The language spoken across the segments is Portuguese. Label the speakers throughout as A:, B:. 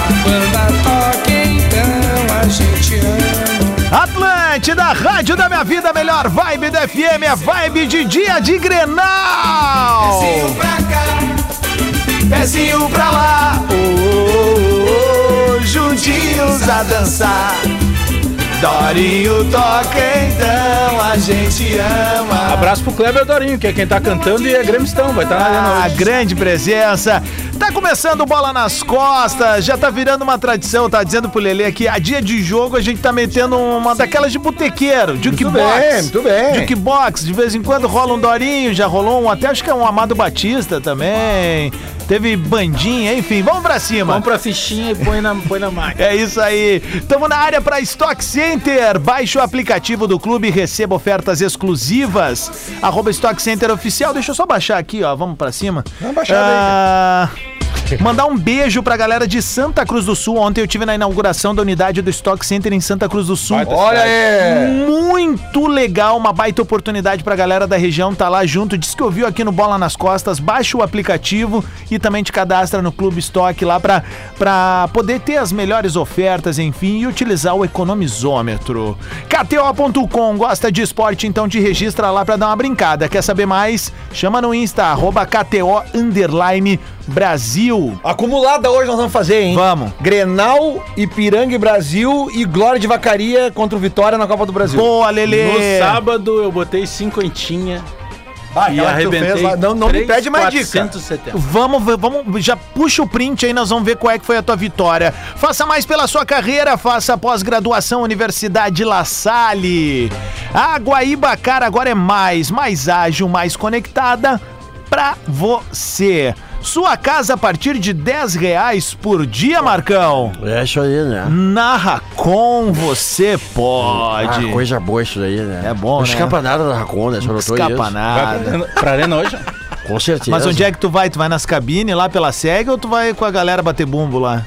A: A banda toca, então a gente ama.
B: Atlântida, Rádio da Minha Vida, melhor vibe da FM, é vibe de dia de Grenal.
A: Pezinho pra cá, pezinho pra lá.
B: Oh, oh, oh, juntinhos a dançar. Dorinho toca, então a gente ama.
C: Abraço pro Kleber Dorinho, que é quem tá cantando e é gremistão, vai estar na arena
B: Ah,
C: hoje.
B: grande presença. Tá começando bola nas costas, já tá virando uma tradição, tá dizendo pro Lelê aqui, a dia de jogo a gente tá metendo uma daquelas de botequeiro, jukebox.
D: bem, muito bem.
B: Jukebox, de vez em quando rola um Dorinho, já rolou um, até acho que é um Amado Batista também. Teve bandinha, enfim, vamos pra cima.
C: Vamos pra fichinha e põe na, põe na máquina.
B: É isso aí. Tamo na área para Stock Center. Baixe o aplicativo do clube e receba ofertas exclusivas. Arroba Stock Center Oficial. Deixa eu só baixar aqui, ó. Vamos para cima.
D: Vamos baixar daí,
B: Ah, Mandar um beijo pra galera de Santa Cruz do Sul. Ontem eu tive na inauguração da unidade do Stock Center em Santa Cruz do Sul.
D: Olha aí!
B: Muito legal, uma baita oportunidade pra galera da região tá lá junto. Diz que ouviu aqui no Bola nas Costas, baixa o aplicativo e também te cadastra no Clube Stock lá pra, pra poder ter as melhores ofertas, enfim, e utilizar o economizômetro. KTO.com, gosta de esporte, então te registra lá pra dar uma brincada. Quer saber mais? Chama no Insta, arroba KTO Underline Brasil.
D: Acumulada hoje nós vamos fazer, hein?
B: Vamos.
D: Grenal, Ipiranga e Brasil e Glória de Vacaria contra o Vitória na Copa do Brasil.
B: Boa, Lelê!
C: No sábado eu botei cinquentinha
D: Ah,
C: e
D: aquela que tu
C: arrebentei.
D: fez lá. Não, não me
C: três,
D: pede mais dica.
C: 470.
B: Vamos, ver, vamos, já puxa o print aí, nós vamos ver qual é que foi a tua vitória. Faça mais pela sua carreira, faça pós-graduação Universidade La Salle. A Guaíba Car agora é mais, mais ágil, mais conectada pra você. Sua casa a partir de 10 reais por dia, Marcão.
E: É isso aí, né?
B: Na Racon você pode.
E: Ah, coisa boa isso daí, né?
B: É bom,
E: Não
B: né?
E: escapa nada da Raconda, só notou
B: Escapa
E: isso.
B: nada.
C: Pra arena hoje?
E: Com certeza.
B: Mas onde é que tu vai? Tu vai nas cabines lá pela SEG ou tu vai com a galera bater bumbo lá?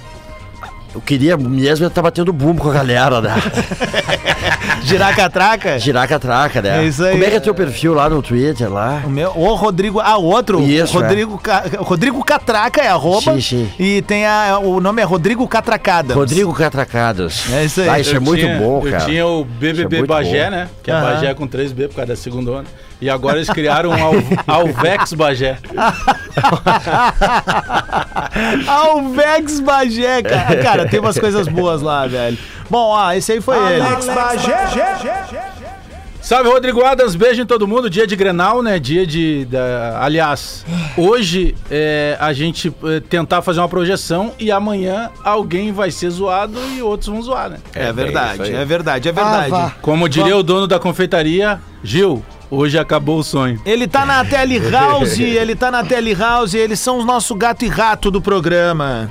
E: Eu queria mesmo estar batendo bumbo com a galera, né?
B: Girar catraca?
E: Girar catraca, né?
B: É isso aí.
E: Como é que é teu perfil lá no Twitter, lá?
B: O meu, o Rodrigo, ah, o outro,
E: Isso, é.
B: Rodrigo, Ca- Rodrigo Catraca é arroba.
E: Sim, sim.
B: E tem a, o nome é Rodrigo Catracada.
E: Rodrigo Catracados.
B: É isso aí.
E: Ah, isso
C: Eu
E: é muito
C: tinha-
E: bom, cara.
C: Eu tinha o BBB
E: Isso é muito
C: Bagé,
E: bom.
C: né? Que é
B: Aham.
C: Bagé com 3B por causa da segunda onda. E agora eles criaram um Al- Alvex Bagé.
B: Alvex Bagé, cara. Cara, tem umas coisas boas lá, velho. Bom, ó, esse aí foi ele.
C: Salve, Rodrigo Adams. Beijo em todo mundo. Dia de Grenal, né? Dia de... da- Aliás, hoje é, a gente é, tentar fazer uma projeção e amanhã alguém vai ser zoado e outros vão zoar, né?
B: É verdade, é verdade, é verdade.
E: Ah,
C: Como diria o dono da confeitaria, Gil, hoje acabou o sonho.
B: Ele tá na Tele House, ele tá na Tele House, eles são o nosso gato e rato do programa.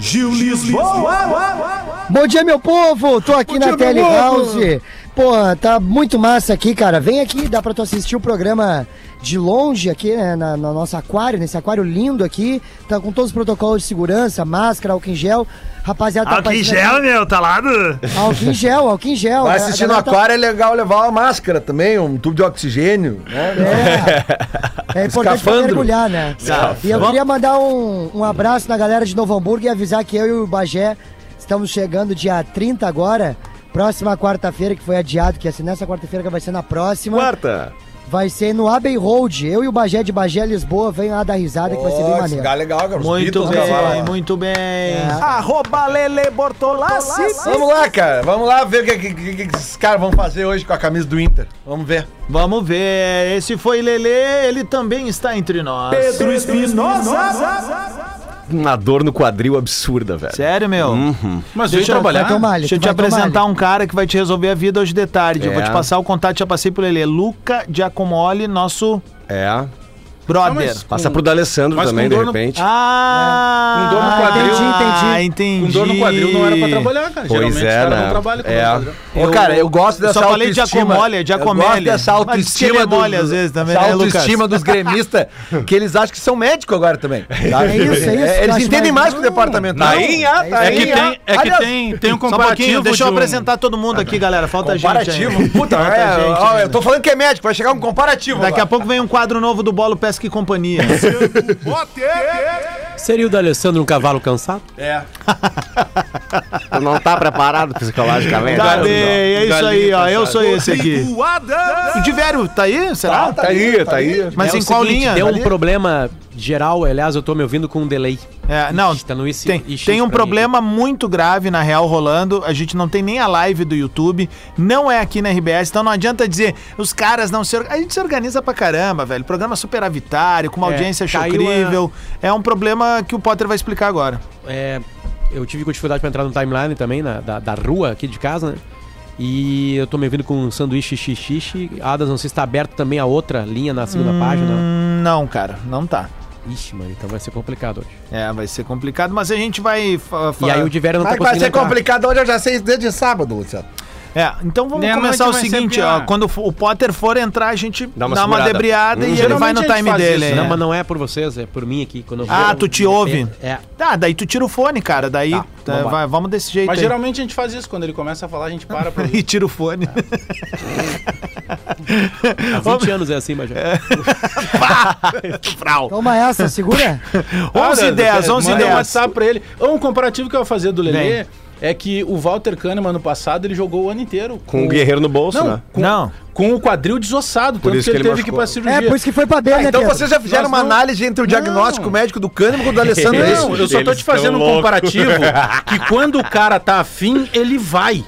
F: Bom dia, meu povo! Tô aqui na Tele House. Pô, tá muito massa aqui, cara. Vem aqui, dá pra tu assistir o programa de longe aqui, né? Na, no nosso aquário, nesse aquário lindo aqui. Tá com todos os protocolos de segurança, máscara, álcool em gel. Rapaziada, tá
G: Álcool em
F: aparecendo
G: gel,
F: aqui.
G: meu, tá lá no...
F: Álcool em gel, álcool em gel. A-
D: Vai
F: a
D: assistir no
G: Ah,
F: galera tá-
D: aquário é legal levar uma máscara também, um tubo de oxigênio. Né?
F: É, é importante pra
D: Escafandro.
F: mergulhar, né? E eu queria mandar um, um abraço na galera de Novo Hamburgo e avisar que eu e o Bagé estamos chegando dia 30 agora. Próxima quarta-feira, que foi adiado, que ia ser nessa quarta-feira que vai ser na próxima.
D: Quarta.
F: Vai ser no Abbey Road. Eu e o Bagé de Bagé Lisboa vem lá dar risada que vai ser bem
G: Ó, esse
F: maneiro.
G: lugar é legal, cara. Os
B: Muito
G: Beatles
B: bem,
G: gravaram lá.
B: muito bem.
E: É.
B: Arroba Lele Bortolassi.
G: Vamos lá, cara. Vamos lá ver o que, que, que, que esses caras vão fazer hoje com a camisa do Inter. Vamos ver.
B: Vamos ver. Esse foi Lele, ele também está entre nós.
H: Pedro Espinosa.
I: Uma dor no quadril absurda, velho.
C: é
B: Sério, meu?
C: Mas veio
B: eu-
C: trabalhar.
F: Vai tomar, Lele,
B: Deixa eu
F: tu
B: te
F: vai tomar,
B: apresentar
F: Lele.
B: um cara que vai te resolver a vida hoje de tarde. Eu vou
I: É.
B: te passar o contato, já passei pro Lele. Luca Giacomoli, nosso
I: É.
C: Não,
B: brother.
C: mas com-
I: Passa pro D'Alessandro
C: Mas
I: também,
C: com
I: de
C: dor no-
I: repente.
B: Ah,
C: É. Com dor no quadril.
B: Ah,
C: Com
B: entendi.
C: dor no quadril não era pra trabalhar, cara.
I: Pois
C: Ah, Geralmente
I: é,
C: os caras
I: né?
C: não trabalham com
I: É.
C: dor no quadril.
G: Ô, cara, eu gosto
B: Eu
G: dessa
B: só falei de
G: autoestima.
B: Giacomelli, é Giacomelli.
G: Eu gosto dessa
B: Mas
G: autoestima
B: Giacomelli mole às vezes também,
G: essa
B: né, Lucas?
G: autoestima dos gremistas, que eles acham que são médicos agora também. sabe?
F: É isso, é isso. Eu
G: eles
F: acho
G: entendem
F: mais-
G: mais que o departamento.
B: tá,
F: ah,
G: tá,
C: É que tem, é que
G: Aliás,
C: tem, tem um
B: Só um pouquinho,
C: comparativo.
B: deixa eu
C: de um-
B: apresentar todo mundo aqui, galera. Falta gente.
G: Comparativo.
B: ainda.
G: Puta,
B: Falta
G: é,
B: gente
G: ó, eu
B: ainda.
G: tô falando que é médico, vai chegar um comparativo.
B: Daqui a
G: agora.
B: pouco vem um quadro novo do Bolo Pesca e Companhia.
J: Seria o D'Alessandro um cavalo cansado?
I: Tu não tá preparado psicologicamente.
B: Tá
I: né?
B: bem, é isso aí,
J: tá
B: ó. Eu sou esse aqui.
H: O Adam.
B: O Diverio tá aí? Será?
I: Tá aí, tá aí.
B: Mas
J: É
B: em
J: o
B: qual
J: seguinte,
B: linha?
J: Deu um
B: Ali?
J: problema geral, aliás, eu tô me ouvindo com um delay.
B: É, não,
J: Tá no IC,
B: tem,
J: IX
B: tem um
J: pra mim.
B: problema muito grave na real rolando. A gente não tem nem a live do YouTube, não é aqui na RBS, então não adianta dizer os caras não se. or- A gente se organiza pra caramba, velho. Programa superavitário, com uma
J: É,
B: audiência
J: caiu
B: chocrível. É um problema que o Potter vai explicar agora.
J: É, eu tive dificuldade pra entrar no timeline também, na, da, da rua aqui de casa, né? E eu tô me ouvindo com um sanduíche xixi. Adas, não sei se tá aberto também a outra linha na segunda página.
B: Hum, não, cara, não tá.
J: Ixi, mano, então vai ser complicado hoje.
B: É, vai ser complicado, mas a gente vai. fa- fa-
J: E aí o Diverio não tá
G: Mas vai
J: conseguindo
G: ser
J: entrar.
G: complicado hoje, eu já sei desde sábado, Luciano.
B: É, então vamos
C: De
B: começar o
C: noite vai ser
B: seguinte,
C: pior.
B: ó. Quando o Potter for entrar, a gente dá
I: Dá
B: uma,
I: uma
B: uma
I: segurada.
B: debriada
I: Hum.
B: e ele vai
C: Geralmente
B: no
C: a gente
B: time
C: faz
B: dele.
C: isso, né?
B: é.
J: Não, mas não é por vocês, é por mim aqui. Quando eu
B: Ah,
J: eu-
B: tu te
J: de
B: ouve?
J: repente- É.
B: Tá, daí tu tira o fone, cara. Daí
J: Tá,
B: tá,
J: vambora.
B: vai, vamos desse jeito.
C: Mas
B: aí.
C: geralmente a gente faz isso, quando ele começa a falar, a gente para pra
B: E tira o fone.
J: Há 20 anos é assim, mas já.
F: Toma essa, segura.
B: 11 e 10, 11 e
C: Manda um
B: 10.
C: WhatsApp pra ele. Ou Um comparativo que eu ia fazer do Lelê é que o Walter Kahneman, ano passado, ele jogou o ano inteiro.
K: um
I: Com o guerreiro no bolso,
C: Não,
I: né?
C: com,
B: Não.
C: com o quadril desossado,
I: Por
C: tanto
I: isso
C: que
I: que
C: ele
I: ele
C: teve que ir pra
I: machucou.
C: cirurgia.
F: É, por isso que foi pra
C: Ah,
F: B, né,
G: então
F: Pedro?
G: vocês já fizeram
C: Nós
G: uma
C: não-
G: análise entre o diagnóstico
C: Não.
G: médico do Cânimo e o do Alessandro, é isso?
C: Não, eu só tô
I: Eles
C: te fazendo um
I: tão louco.
C: comparativo que quando o cara tá afim, ele vai.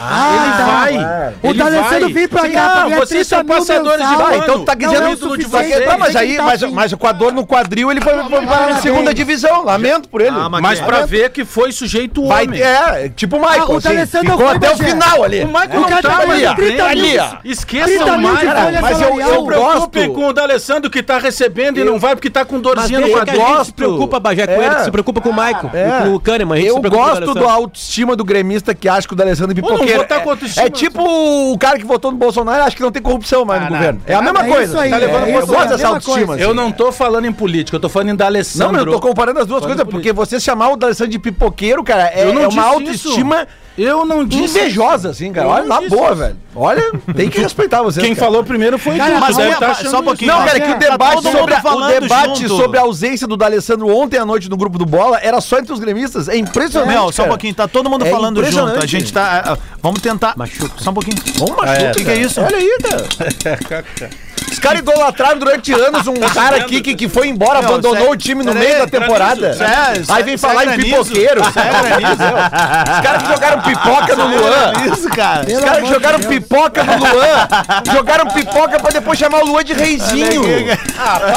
F: Ah,
C: ele
F: tá.
C: vai.
F: O
C: Ele
F: D'Alessandro
C: vai.
F: vem pra cá pra
C: Não,
F: ganhar
C: vocês
F: 30
C: são
F: mil
C: passadores de
F: mensal.
C: bola.
F: Ah,
G: então tá
F: Não é
G: dizendo
F: o
G: ídolo de
F: suficiente
G: vocês. Tá, mas
C: é
F: pra
G: aí,
F: quem tá
G: mas,
F: afim.
G: mas com a dor no quadril, ele foi para a
F: parabéns.
G: segunda divisão. Lamento por ele.
B: mas
C: Ah, Mas
B: que-
F: é
C: pra ver que foi sujeito
G: Vai,
C: homem.
G: é, tipo o Michael,
F: Ah, o
K: é
F: D'Alessandro
G: ficou
F: foi,
G: até o
F: Bagé.
G: final ali.
C: assim, O Michael
F: O
C: não
F: cara tá
C: tá ali,
F: fazendo
C: ó.
F: 30
C: ali.
F: mil.
C: ó. Esqueçam
F: 30
C: o
F: mil de
C: Michael.
F: folha
G: mas eu-
C: Não se
F: salarial.
G: eu
C: preocupem
G: gosto-
C: com o D'Alessandro que tá recebendo e não vai porque tá com
J: Mas
C: dorzinha no
J: veja que a gente
C: quadril.
J: se preocupa, Bajé Coelho, tu se preocupa com o Maicon,
G: É.
J: e com o Kahneman. a gente
G: Eu
J: se preocupa com o
G: gosto da
J: D'Alessandro.
G: autoestima do gremista que acha que o D'Alessandro é
C: Eu não
G: pipoqueiro.
C: vou tá com
G: é,
C: autoestima,
G: é tipo o cara que votou no Bolsonaro e acha que não tem corrupção mais no governo. É a mesma
F: é
G: coisa.
F: isso aí,
G: tá levando
F: é
G: eu
F: isso
G: gosto
F: aí, é a
G: dessa
F: mesma
G: autoestima.
F: coisa.
G: assim.
C: Eu não tô falando em política, eu tô falando em
G: Não, mas
C: D'Alessandro.
G: eu tô comparando as duas coisas, porque você chamar o D'Alessandro de pipoqueiro, cara, é,
C: Eu não
G: é
C: disse
G: uma autoestima
C: isso. Eu não disse.
G: invejosa, assim, cara.
C: Eu
G: Olha,
C: não
G: na
C: disse
G: boa,
C: isso.
G: velho. Olha, tem que respeitar você.
C: Quem falou primeiro foi
F: Cara,
C: tu,
F: mas
C: tu. deve
B: olha,
C: tá
B: só
C: achando
B: um pouquinho.
G: Não,
B: Tá
G: cara, é que o
B: certo, tá
G: debate,
B: todo mundo
G: sobre, a, o
B: falando
G: debate
B: junto.
G: sobre a ausência do D'Alessandro ontem à noite no grupo do Bola era só entre os gremistas. É impressionante.
B: Meu, só um
G: cara.
B: pouquinho, tá todo mundo
G: É
B: falando junto.
G: impressionante.
B: A gente tá. ah, ah, Vamos tentar. Machuca. Só um pouquinho. Vamos machuca. O que, que é isso?
G: Olha aí, cara. Os caras idolatraram durante anos um cara aqui que, que foi embora,
B: Meu,
G: abandonou
B: isso é-
G: o time no
B: isso é-
G: meio da
B: isso é-
G: temporada.
B: isso é- isso
G: aí
B: é-
G: vem
B: isso é
G: falar em
B: granizo.
G: pipoqueiro. Os
B: Isso é granizo.
G: caras que jogaram pipoca no Luan.
B: Olha É Isso, cara.
G: Os
F: Pelo
G: caras
F: amor
G: que
F: de
G: jogaram
F: Deus.
G: pipoca no Luan. jogaram pipoca pra depois chamar o Luan de reizinho.
B: É,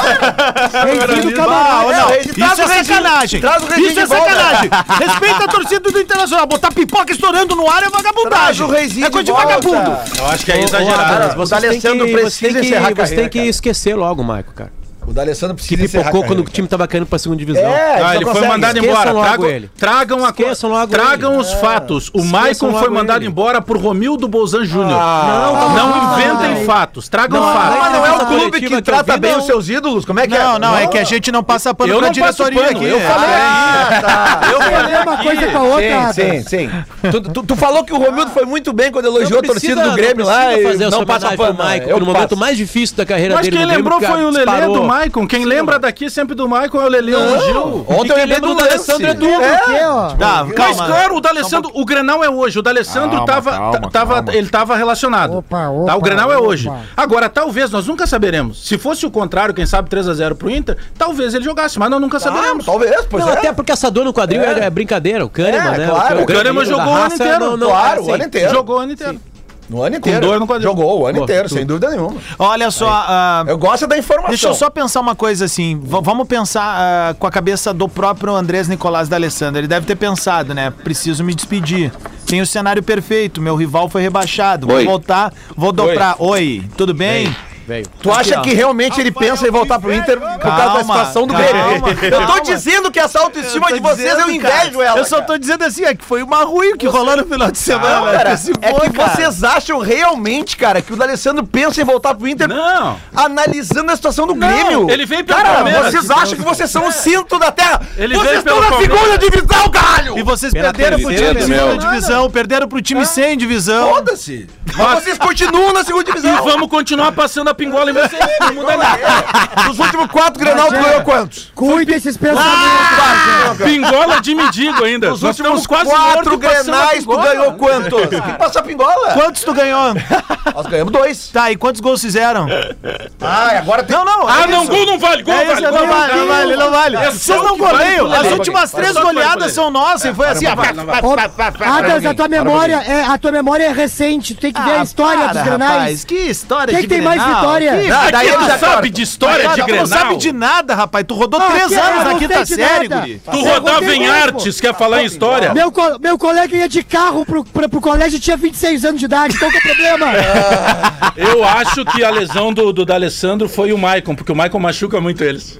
F: Reizinho do
B: né? Ah,
F: camarada.
B: não,
G: É,
B: isso
G: traz o
B: é
G: Regis-
B: sacanagem.
G: traz o Regis
B: Isso é
G: de volta.
B: sacanagem. Respeita a torcida do Internacional. Botar pipoca estourando no ar é
G: Traz
B: vagabundagem.
G: o reizinho
B: é coisa de,
G: volta.
B: vagabundo.
C: Eu acho que é
J: Cara,
C: exagerado.
G: o D'Alessandro
J: que-
G: precisa
J: você tem que,
G: encerrar a
J: Você
G: carreira,
J: tem que
G: cara.
J: esquecer logo o Maicon, cara.
G: O D'Alessandro
J: Que
G: precisa encerrar a
J: pipocou quando o
G: carreira.
J: time tava caindo pra segunda divisão.
G: É,
C: Ah,
G: só
C: ele foi
G: consegue.
C: mandado
J: Então, Esqueçam
C: embora.
J: logo
C: Tragam,
J: ele.
C: tragam a co-
J: Esqueçam logo
C: tragam
J: ele. É.
C: os fatos. O
J: Esqueçam
C: Maicon foi
J: logo
C: mandado
J: ele.
C: embora por Romildo Bolzan Júnior.
G: Ah.
C: não inventem fatos, tragam
G: Ah,
C: fatos.
G: mas não é o
J: Essa
G: clube
J: coletiva
G: que
J: que
G: trata
J: eu vi,
G: bem
J: não.
G: os seus ídolos? Como é que é?
B: Não, não, é que a gente não passa pano
C: Eu
B: pra
C: não passo
B: diretoria
C: pano,
B: aqui.
C: eu falei.
G: Ah, tá. Eu falei
F: É uma coisa com a outra. Adams.
G: Sim, sim, sim. Tu, tu- tu falou que o Romildo foi muito bem quando elogiou a torcida tá do Grêmio
J: não
G: lá
J: precisa
G: e
J: fazer essa
G: não passa
J: homenagem pro
G: pano.
J: Maicon,
G: eu
J: que no
G: passo.
J: momento mais difícil da carreira
C: Mas
J: dele
C: quem
J: no Grêmio,
C: lembrou
J: cara,
C: foi o Lelê
J: disparou.
C: do Maicon. Quem lembra daqui sempre do Maicon é o Lelê ou o Gil.
G: Ontem eu lembrei do Alessandro
C: Alessandro
G: Edu.
F: Aqui, ó.
B: Tá,
C: Mas
G: né?
B: calma.
C: claro,
G: um
C: o D'Alessandro, o Grenal é hoje, o D'Alessandro
I: Calma,
C: tava,
I: calma,
C: ta- tava-
I: calma.
C: ele tava relacionado.
F: Opa, opa,
C: tá, o Grenal é
F: opa.
C: hoje. Agora, talvez, nós nunca saberemos. Se fosse o contrário, quem sabe 3x0 pro Inter, talvez ele jogasse, mas nós nunca saberemos.
G: Talvez, pois
J: não,
G: é.
J: até porque essa dor no quadril é, é brincadeira, o Kahneman,
G: É,
J: né?
G: claro,
J: Kahn-
G: o
C: Kahneman
J: Kahn-
C: jogou
J: da
C: o ano
J: raça,
C: inteiro.
J: Não, não,
G: Claro,
J: assim,
G: o ano inteiro.
C: Jogou o ano inteiro.
G: No ano inteiro.
C: dor no quadril.
G: Jogou o ano
J: Pô,
G: inteiro,
J: tu-
G: sem dúvida nenhuma.
B: Olha só, ah,
G: Eu gosto da informação.
B: Deixa eu só pensar uma coisa assim. v- vamos pensar ah, com a cabeça do próprio Andrés Nicolás da Alessandra. Ele deve ter pensado, né? Preciso me despedir. Tem o cenário perfeito. Meu rival foi rebaixado. Vou
I: Oi.
B: voltar, vou dobrar. Oi, tudo bem?
J: Veio.
G: Tu acha
B: Aqui, ó.
G: que realmente ele pensa em voltar pro Inter por causa da
B: Calma,
G: situação do
B: calma,
G: Grêmio? Eu tô
B: calma.
G: dizendo que essa autoestima de vocês eu invejo ela.
B: Eu só
G: cara.
B: tô dizendo assim, é que foi uma ruim que rolou no final de semana.
G: Não, cara,
B: se
G: é
B: foi,
G: que
B: cara.
G: vocês acham realmente, cara, que o D'Alessandro pensa em voltar pro Inter
C: Não.
G: analisando a situação do Grêmio.
C: ele veio pelo
G: Cara,
C: Palmeiras,
G: vocês
C: então.
G: acham que vocês são o cinto da terra.
C: Ele
G: vocês
C: veio
G: estão
C: pelo
G: na
C: Palmeiras.
G: segunda divisão, caralho!
B: E vocês
J: Pena
B: perderam pro time
I: terceira,
B: de
I: meu.
B: segunda divisão, perderam pro
G: Ah.
B: time sem divisão.
G: Foda-se. Mas
C: Ah,
G: vocês continuam na segunda divisão.
C: E vamos continuar passando a pingola em você. Não muda nada.
G: Nos últimos quatro Grenal, tu ganhou quantos?
F: Cuida esses pensamentos.
G: Ah,
C: Pingola de mendigo ainda. Nós estamos quase
G: quatro
C: mortos passando a
G: Grenais, tu
C: pingola.
G: ganhou quantos? Quem passa a pingola?
B: Quantos tu ganhou?
G: Nós ganhamos dois.
B: Tá, e quantos gols fizeram?
G: Ah, e agora tem...
B: Não, não.
C: Ah,
B: é
C: não,
B: isso.
C: gol não vale. Gol
B: É
C: vale.
B: isso,
C: Gol
B: não vale, não vale, não vale.
C: É só
B: Vocês
C: o
B: não
C: que vale
B: goleiam.
C: pro Lelê.
B: As últimas três
C: só o que vale pro
B: goleadas
C: Lelê.
B: são nossas. E foi assim, ó.
F: Ô, Adams, a tua memória é, a tua memória é recente. Tu tem que ver
G: Ah,
F: a história
B: para,
F: dos granais.
B: rapaz, que história
F: Quem
B: de
F: tem
B: Grenal?
F: mais vitória?
B: Que-
G: Ah,
B: que-
G: daí
B: que-
G: ele já
C: Tu sabe de história
B: Cara,
C: de
B: tu
C: Grenal.
B: não sabe de nada, rapaz. Tu rodou
F: Ah,
B: três
F: que-
B: anos
F: eu
B: na
F: não
B: quinta
F: sei de
B: série,
F: nada. Tá,
B: guri.
C: Tu
F: Eu
C: rodava
F: contei
C: em
F: mesmo.
C: artes, quer falar em história?
F: Meu, co- meu colega ia de carro pro, pro, pro colégio e tinha 26 anos de idade, então que é problema?
C: Eu acho que a lesão do, do D'Alessandro foi o Maicon, porque o Maicon machuca muito eles.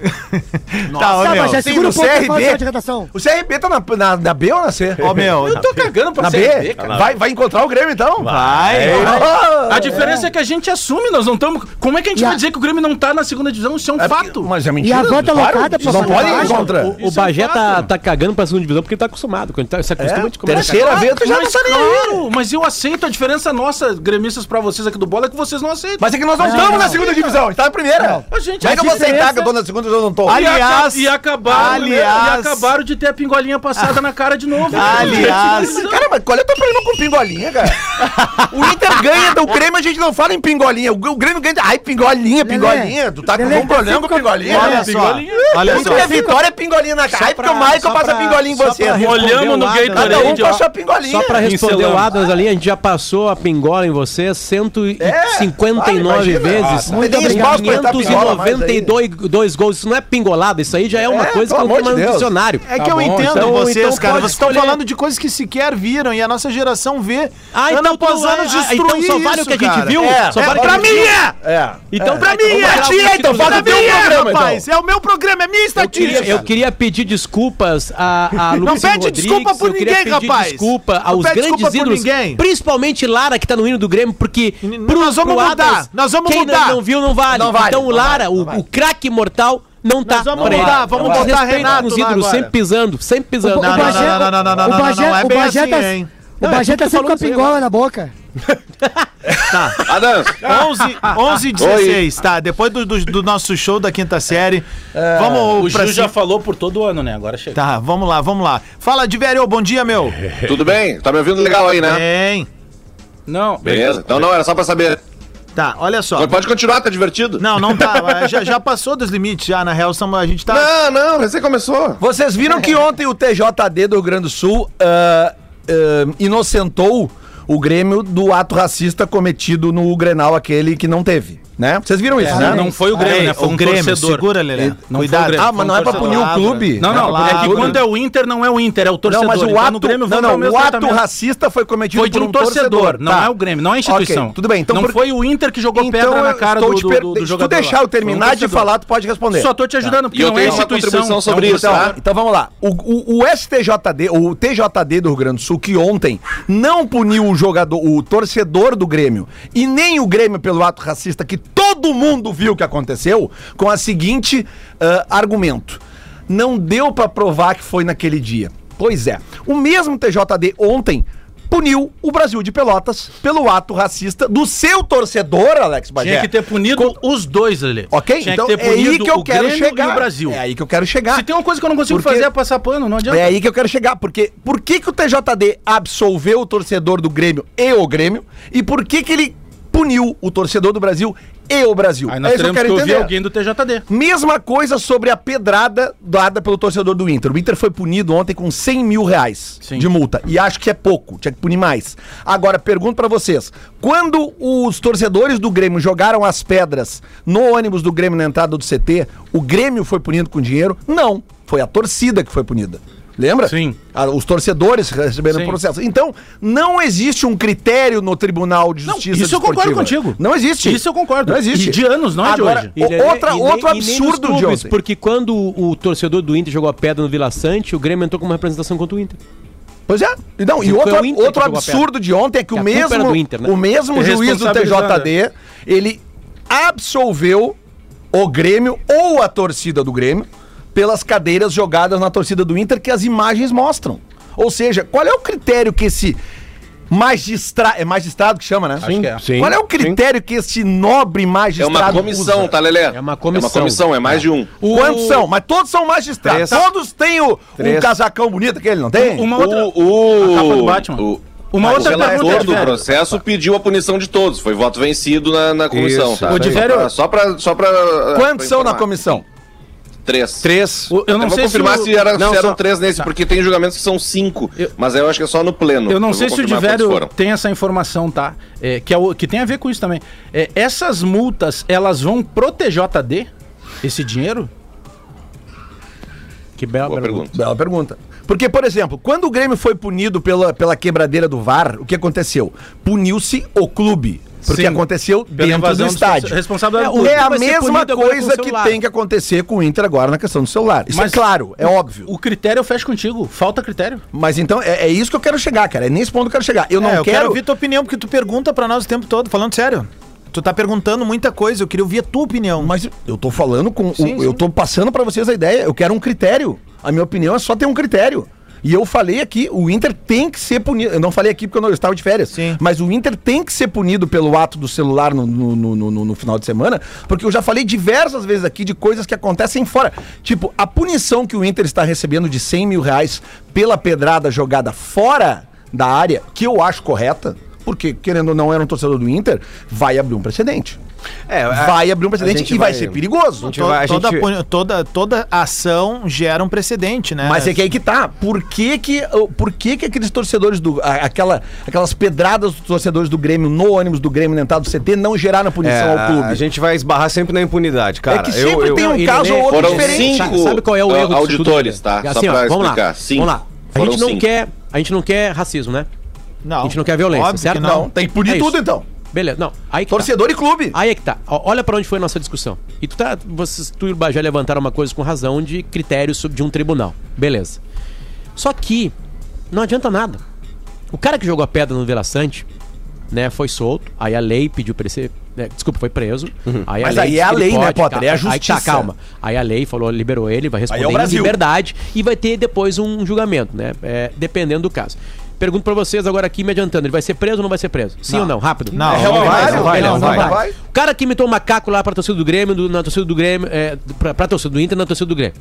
B: Tá, ô,
F: tá,
B: meu.
F: mas já
G: sim,
F: segura um
G: no
F: pouco pra falar
G: CRB.
F: só de redação.
G: O CRB tá na, na, na B ou na
C: É.
G: C?
B: Ó, meu. tá.
C: tô cagando pra
G: Na B?
C: Tá
G: Vai, vai encontrar o Grêmio, então?
B: Vai.
G: Ah,
C: A diferença é. que a gente assume, nós não estamos. Como é que a gente
F: E a-
C: vai dizer que o Grêmio não tá na segunda divisão? Isso é um fato.
G: Mas é
F: E
G: mentira.
F: a volta
G: claro,
F: locada,
G: vocês não
F: papai.
G: podem encontrar.
J: O, o
C: Isso é um
J: Bagé tá,
C: fato.
J: tá cagando pra segunda divisão porque tá acostumado. Quando tá, se acostuma de comer.
G: Terceira vez, tu já não
C: mas,
G: tá nem aí.
C: claro, mas eu aceito a diferença nossa, gremistas, pra vocês aqui do Bola, é que vocês não aceitam.
G: Mas é que nós não estamos na segunda divisão, a gente tá na primeira.
C: A gente
G: Como é que eu vou aceitar
C: diferença-
G: que eu tô na segunda divisão, eu não tô?
B: Ai,
C: E aca-
B: Aliás,
C: e acabaram, né?
B: aliás-
C: e acabaram de ter a pingolinha passada na cara de novo. né?
B: Aliás,
G: Cara, mas qual é o teu problema com pingolinha, cara? o Inter ganha do Grêmio, a gente não fala em pingolinha. O o Grêmio ganha. Ai, pingolinha, pingolinha. Tu tá com
F: Lelê,
G: algum problema com pingolinha?
B: olha só. Olha
G: Tudo que é
B: só.
G: vitória é pingolinha na cara. Ai, porque o Michael passa pingolinha em você. né?
C: Olhamos no
G: Cada um
C: Gatorade, ó.
G: passa pingolinha.
J: Só pra responder o
C: Pincelando.
J: Adams ali, a gente já passou a pingola em você 159
G: É, claro, imagina.
J: vezes.
G: Ah, muito obrigado. Pingola mais aí.
J: 592 dois gols. Isso não é pingolada, isso aí já é uma
G: É,
J: coisa que
G: pelo
J: não tem
G: amor de
J: mais no
G: Deus.
J: dicionário.
B: É que
C: Tá
B: eu
C: bom,
B: entendo
J: então-
B: vocês,
J: então
B: cara.
J: pode
B: Vocês estão
J: escolher.
B: falando de coisas que sequer viram e a nossa geração vê
J: Ah,
B: ano
J: então tu
B: após
J: não é-
B: ano
J: ah, então
B: destruir
J: só vale o
B: isso,
J: que a gente
B: cara.
J: viu,
B: É,
J: só
B: é
J: vale o que
B: pra
J: a
B: mim
J: gente viu.
B: é!
G: É.
J: Então, pra mim,
B: é
J: é
B: tia, então
J: faz
B: o teu programa,
G: então.
B: rapaz. É o meu programa, é minha
J: Eu queria,
B: estatística.
J: eu queria pedir desculpas a, a Luiz
B: pede
J: Rodrigues,
B: desculpa por
J: eu queria
B: ninguém,
J: pedir
B: rapaz.
J: desculpa
B: Não
J: aos
B: pede
J: grandes
B: desculpa por
J: ídolos,
B: ninguém.
J: principalmente Lara, que tá no hino do Grêmio, porque
B: N- nós vamos mudar, nós vamos
J: quem não-
B: mudar.
J: Não, viu, não vale.
G: Não vale,
J: então o
G: não
J: Lara,
G: vale,
J: o,
G: não vale.
J: o craque mortal, não tá
B: vamos
J: pra ele.
B: mudar, vamos
J: Não
B: botar
J: desrespeito
B: Renato
J: com os
B: lá
J: ídolos,
B: agora.
J: sempre pisando, sempre pisando.
F: O
B: não, não,
F: Bagé-
B: não, não, não, não,
F: o
B: não,
F: Bagé-
B: não, é
F: o
B: bem
F: Bagé
B: assim,
F: tá-
B: hein?
F: O
J: Não, é
F: Bagé
J: tu
F: tá
J: que
F: sempre com
J: falou
F: a
J: isso aí,
F: pingola na boca.
I: Adams,
B: 11, 11 e 16, tá? Depois do, do- do nosso show da quinta série.
J: É,
C: O
B: vamos pra
C: Ju já
B: cima.
C: falou por todo ano, né? Agora chega.
B: Tá, vamos lá, vamos lá. Fala, Diverio, bom dia, meu.
I: tudo bem? Tá me ouvindo legal aí,
J: É.
I: né?
B: Bem.
C: Não,
I: Beleza? Então não, era só pra saber.
B: Tá, olha só.
I: Mas pode continuar, tá divertido.
B: Não, não tá. Já, já passou dos limites, já. Na real, estamos- a gente tá.
I: Não, não, recém começou.
G: Vocês viram que ontem o TJD do Rio Grande do Sul ah, ah, inocentou o Grêmio do ato racista cometido no Grenal, aquele que não teve, né? Vocês viram isso, né?
C: É, não, não foi o Grêmio,
B: Ei,
C: né? Foi
B: o
C: um
B: Grêmio,
C: torcedor.
B: segura, Lelê.
C: Ele- não
B: Cuidado.
C: foi o Grêmio,
G: Ah, mas
C: foi um
G: não é pra punir
C: torcedor.
G: o clube.
C: Não, não,
B: Não,
C: é
B: lá,
C: que quando é o Inter, não é o Inter, é o torcedor.
G: Não, mas o
C: Então,
G: ato,
C: no Grêmio,
G: não,
C: vão
G: não,
C: dar mesmo
G: o ato
C: tratamento.
G: racista foi cometido
C: foi de um torcedor, não
G: tá.
C: é o Grêmio, não é a instituição.
G: Ok, tudo bem, então
C: não
G: por-
C: foi o Inter que jogou
G: Então,
C: pedra na cara do,
G: estou te
C: do,
G: per-
C: do, do
G: Se tu
C: jogador.
G: deixar
C: lá.
G: eu terminar
C: Foi um
G: de
C: torcedor.
G: falar, tu pode responder.
C: Só tô te ajudando, porque
I: E eu
C: não é
I: tenho uma
C: instituição.
I: contribuição sobre
C: é um
I: isso,
G: Então,
C: torcedor.
I: tá?
G: então vamos lá. O, o- o STJD, o TJD do Rio Grande do Sul, que ontem não puniu o jogador, o torcedor do Grêmio e nem o Grêmio pelo ato racista que todo mundo viu que aconteceu, com a seguinte ah, argumento: não deu pra provar que foi naquele dia. Pois é, o mesmo TJD ontem puniu o Brasil de Pelotas pelo ato racista do seu torcedor, Alex Bagé.
C: Tinha que ter punido os dois ali.
G: Ok?
C: Tinha
G: então
C: que ter
G: é aí
C: punido
G: que eu
C: o
G: quero
C: Grêmio
G: chegar.
C: e o Brasil.
G: É aí que eu quero chegar.
C: Se tem uma coisa que eu não consigo
G: Porque-
C: fazer é passar pano, não adianta.
G: É aí que eu quero chegar, porque por que, que o TJD absolveu o torcedor do Grêmio e o Grêmio, e por que, que ele puniu o torcedor do Brasil e o Brasil? É
C: Aí nós
G: isso
C: teremos que ouvir alguém do TJD.
G: Mesma coisa sobre a pedrada dada pelo torcedor do Inter. O Inter foi punido ontem com 100 mil reais
C: Sim.
G: de multa. E acho que é pouco, tinha que punir mais. Agora, pergunto pra vocês: quando os torcedores do Grêmio jogaram as pedras no ônibus do Grêmio na entrada do CT, o Grêmio foi punido com dinheiro? Não. Foi a torcida que foi punida. Lembra?
C: Sim.
G: Ah, Os torcedores receberam
C: Sim.
G: o processo. Então, não existe um critério no Tribunal de
C: Não,
G: Justiça
C: isso eu concordo
G: Desportiva.
C: contigo.
G: Não existe.
C: Isso eu concordo.
G: Não existe.
C: E de anos, não é de hoje.
G: o- outra, outro absurdo
J: de
G: de ontem.
J: Porque quando o, o torcedor do Inter jogou a pedra no Vila Sante, o Grêmio entrou com uma representação contra o Inter.
G: Pois é. E Não, e
J: Foi
G: outro,
J: o Inter que
G: outro
J: jogou a pedra.
G: absurdo de ontem é que
J: Que
G: o
J: a culpa era
G: mesmo,
J: do Inter, né?
G: o mesmo juiz do
C: Responsabilizando,
G: TJD, ele absolveu o Grêmio ou a torcida do Grêmio pelas cadeiras jogadas na torcida do Inter que as imagens mostram. Ou seja, qual é o critério que esse magistrado, é magistrado que chama, né?
C: que é.
G: Sim. Qual é o critério que esse nobre
I: É
G: magistrado
I: uma comissão,
G: usa?
I: tá, Lelê?
J: É uma comissão.
I: É uma comissão, é mais de um.
G: O... Quantos são? Mas todos são magistrados. um Todos têm o, um casacão bonito que ele não tem?
C: Uma
I: O-
C: outra...
I: o-
C: A capa do Batman.
I: o-
C: Uma
I: o
C: outra
I: relator
C: pergunta,
I: do
C: Diverio.
I: processo pediu a punição de todos. Foi voto vencido na, na comissão,
G: Isso,
I: tá?
C: o Diverio-
I: Só pra... Só pra
G: Quantos são na
I: comissão?
G: comissão?
I: Três.
G: Três.
C: O- Eu
I: Eu
C: não
I: vou
C: sei se
I: confirmar
C: o-
I: se, era,
C: Não,
I: se eram
C: só-
I: três nesse, porque tem julgamentos que são cinco.
C: Eu-
I: Mas eu acho que é só no pleno.
C: Eu não sei
I: vou
C: se o
I: confirmar quantos
C: Diverio
I: foram.
C: tem essa informação, tá? É, que, é o- que tem a ver com isso também. É, essas multas, elas vão pro TJD? Esse dinheiro?
J: Que bela
I: Boa
J: pergunta.
I: pergunta.
G: Bela pergunta. Porque, por exemplo, quando o Grêmio foi punido pela, pela quebradeira do VAR, o que aconteceu? Puniu-se o clube. Porque
C: Sim.
G: aconteceu dentro do
C: invasão do
G: estádio.
C: seu- responsável
G: é,
C: da-
G: o- é a
J: vai ser
G: mesma
J: punido agora com
G: coisa
J: o
G: que
J: celular.
G: tem que acontecer com o Inter agora na questão do celular. Isso é claro, é
C: o-
G: óbvio.
C: O critério eu fecho contigo. Falta critério.
G: Mas então é, é isso que eu quero chegar, cara. É nesse ponto que eu quero chegar. Eu não
B: É, eu quero
G: quero.
B: ouvir tua opinião, porque tu pergunta pra nós o tempo todo, falando sério. Tu tá perguntando muita coisa, eu queria ouvir a tua opinião.
G: Mas eu tô falando com. o-
B: Sim, sim.
G: Eu tô passando pra vocês a ideia. Eu quero um critério. A minha opinião é só ter um critério. E eu falei aqui, o Inter tem que ser punido. Eu não falei aqui porque eu, não, eu estava de férias.
B: Sim.
G: Mas o Inter tem que ser punido pelo ato do celular no, no- no- no- no- no final de semana, porque eu já falei diversas vezes aqui de coisas que acontecem fora. Tipo, a punição que o Inter está recebendo de 100 mil reais pela pedrada jogada fora da área, que eu acho correta, porque, querendo ou não, era um torcedor do Inter, vai abrir um precedente.
K: É, a-
G: vai abrir um
K: a
G: precedente
K: gente
G: e vai,
K: vai-
G: ser perigoso.
K: gente vai- a
B: toda,
K: gente-
B: puni- toda, toda ação gera um precedente, né?
G: Mas é que aí que tá. Por que que, por que, que aqueles torcedores do. a- Aquela, aquelas pedradas dos torcedores do Grêmio no ônibus do Grêmio dentado do CT não geraram punição
K: É,
G: ao clube?
K: A gente vai esbarrar sempre na impunidade, cara.
G: É que sempre tem um
K: e
G: caso
K: nem-
G: ou outro
I: Foram
G: diferente.
I: cinco
J: Sabe qual é o
I: ah,
J: erro disso
I: auditores,
J: tudo,
I: tá?
J: né?
I: só
J: Assim, ó,
I: pra
J: vamos
I: explicar.
J: lá.
I: Cinco.
J: Vamos lá. A
I: Foram
J: gente não
I: cinco.
J: quer, a gente não quer racismo, né?
B: não.
J: A gente não quer violência,
B: Óbvio
J: certo?
B: Que
G: Não,
B: não.
G: tem que punir
J: É
G: tudo
J: isso.
G: então.
J: Beleza. Não. Aí que tá.
G: Torcedor e clube.
J: Aí é que tá. Ó, Olha pra onde foi a nossa discussão. E tu tá, vocês, tu e o Bajé levantaram uma coisa com razão de critérios sob- de um tribunal. Beleza. Só que não adianta nada. O cara que jogou a pedra no Vila Sante, né, foi solto. Aí a lei pediu pra ele ser, né, desculpa, foi preso. Aí
G: Mas
J: lei
G: aí
J: disse
G: é a
J: que ele
G: lei, né, Potter?
J: cara.
G: É a
J: Aí que
G: justiça. é
J: tá, calma. Aí a lei falou, liberou ele, vai responder em
G: Brasil.
J: liberdade e vai ter depois um julgamento, né? É, dependendo do caso. Pergunto pra vocês agora aqui, me adiantando, ele vai ser preso ou não vai ser preso? Sim ou não? Rápido.
B: Não.
J: É,
B: Não
J: vai,
G: vai,
J: não
G: não
J: vai,
G: vai,
J: não
G: não
J: vai.
G: vai.
J: O cara que imitou o macaco lá pra torcida do Grêmio, do- na torcida do Grêmio, é, pra, pra torcida do Inter, na torcida do Grêmio.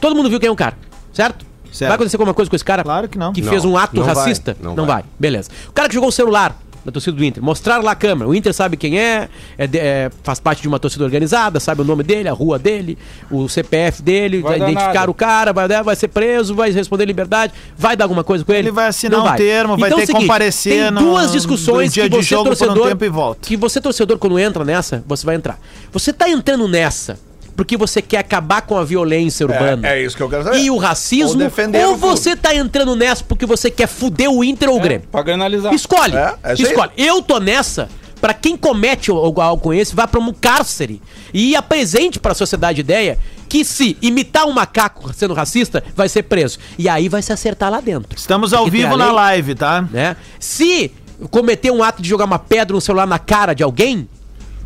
J: Todo mundo viu quem é o cara, certo?
B: Certo.
J: Vai acontecer alguma coisa com esse cara?
B: Claro que não.
J: Que fez um ato
K: não vai,
J: racista?
K: não
J: não
K: vai.
J: vai. Beleza. O cara que jogou o celular na torcida do Inter, mostraram lá a câmera. O Inter sabe quem é, é de- é, faz parte de uma torcida organizada, sabe o nome dele, a rua dele, o CPF dele, vai,
C: dar
J: identificar
C: nada.
J: o cara, vai, dar- vai ser preso, vai responder liberdade, vai dar alguma coisa com ele. Então
B: Ele vai assinar um termo, vai ter que comparecer
J: é Tem
B: no-
J: duas discussões
B: no dia
J: que
B: de
J: você
B: jogo por um
J: torcedor,
B: tempo e volta.
J: que você torcedor quando entra nessa, você vai entrar. Você tá entrando nessa porque você quer acabar com a violência urbana.
G: é isso que eu quero saber.
J: E o racismo,
G: Ou defender
J: ou,
G: o clube.
J: você tá entrando nessa porque você quer fuder o Inter ou o Grêmio.
C: Pra granalizar.
J: Escolhe.
G: É, é isso aí.
J: escolhe. Eu tô nessa. Pra quem comete algo algo com esse, vá pra um cárcere e apresente pra sociedade ideia que se imitar um macaco sendo racista, vai ser preso. E aí vai se acertar lá dentro.
B: Estamos ao
J: Porque tem
B: vivo
J: a
B: na
J: lei,
B: live, tá?
J: Né? Se cometer um ato de jogar uma pedra no celular na cara de alguém,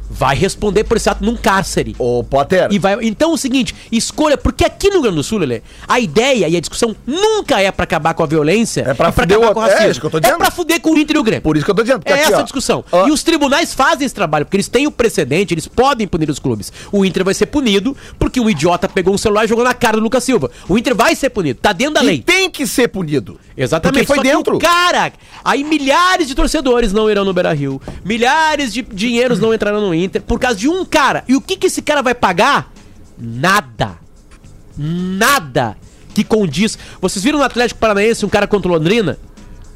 J: vai responder por esse ato num cárcere.
G: Ô, Potter.
J: E vai, então é o seguinte, escolha, porque aqui no Rio Grande do Sul, Lelê, a ideia e a discussão nunca é pra acabar com a violência, é
G: pra fuder
J: acabar
G: o-
J: com o
G: é,
J: racismo.
G: isso que eu tô dizendo.
J: pra fuder com o Inter e o Grêmio.
G: Por isso que eu tô dizendo. porque
J: É
G: aqui,
J: essa
G: ó,
J: a discussão. E os tribunais fazem esse trabalho, porque eles têm o precedente, eles podem punir os clubes. O Inter vai ser punido porque um idiota pegou um celular e jogou na cara do Lucas Silva. O Inter vai ser punido, tá dentro da
G: e
J: lei.
G: tem que ser punido.
J: Exatamente.
G: Porque foi
J: Só que
G: dentro.
J: o cara, aí milhares de torcedores não irão no Beira Rio, milhares de dinheiros não entrarão no Inter por causa de um cara. E o que, que esse cara vai pagar? Nada. Nada que condiz. Vocês viram no Atlético Paranaense um cara contra o Londrina?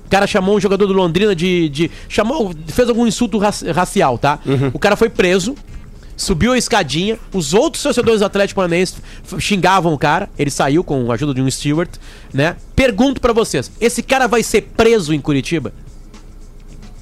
J: O cara chamou um jogador do Londrina de. de chamou, fez algum insulto raci- racial, tá? O cara foi preso, subiu a escadinha, os outros torcedores do Atlético Paranaense f- xingavam o cara, ele saiu com a ajuda de um Stewart, né? Pergunto pra vocês: esse cara vai ser preso em Curitiba?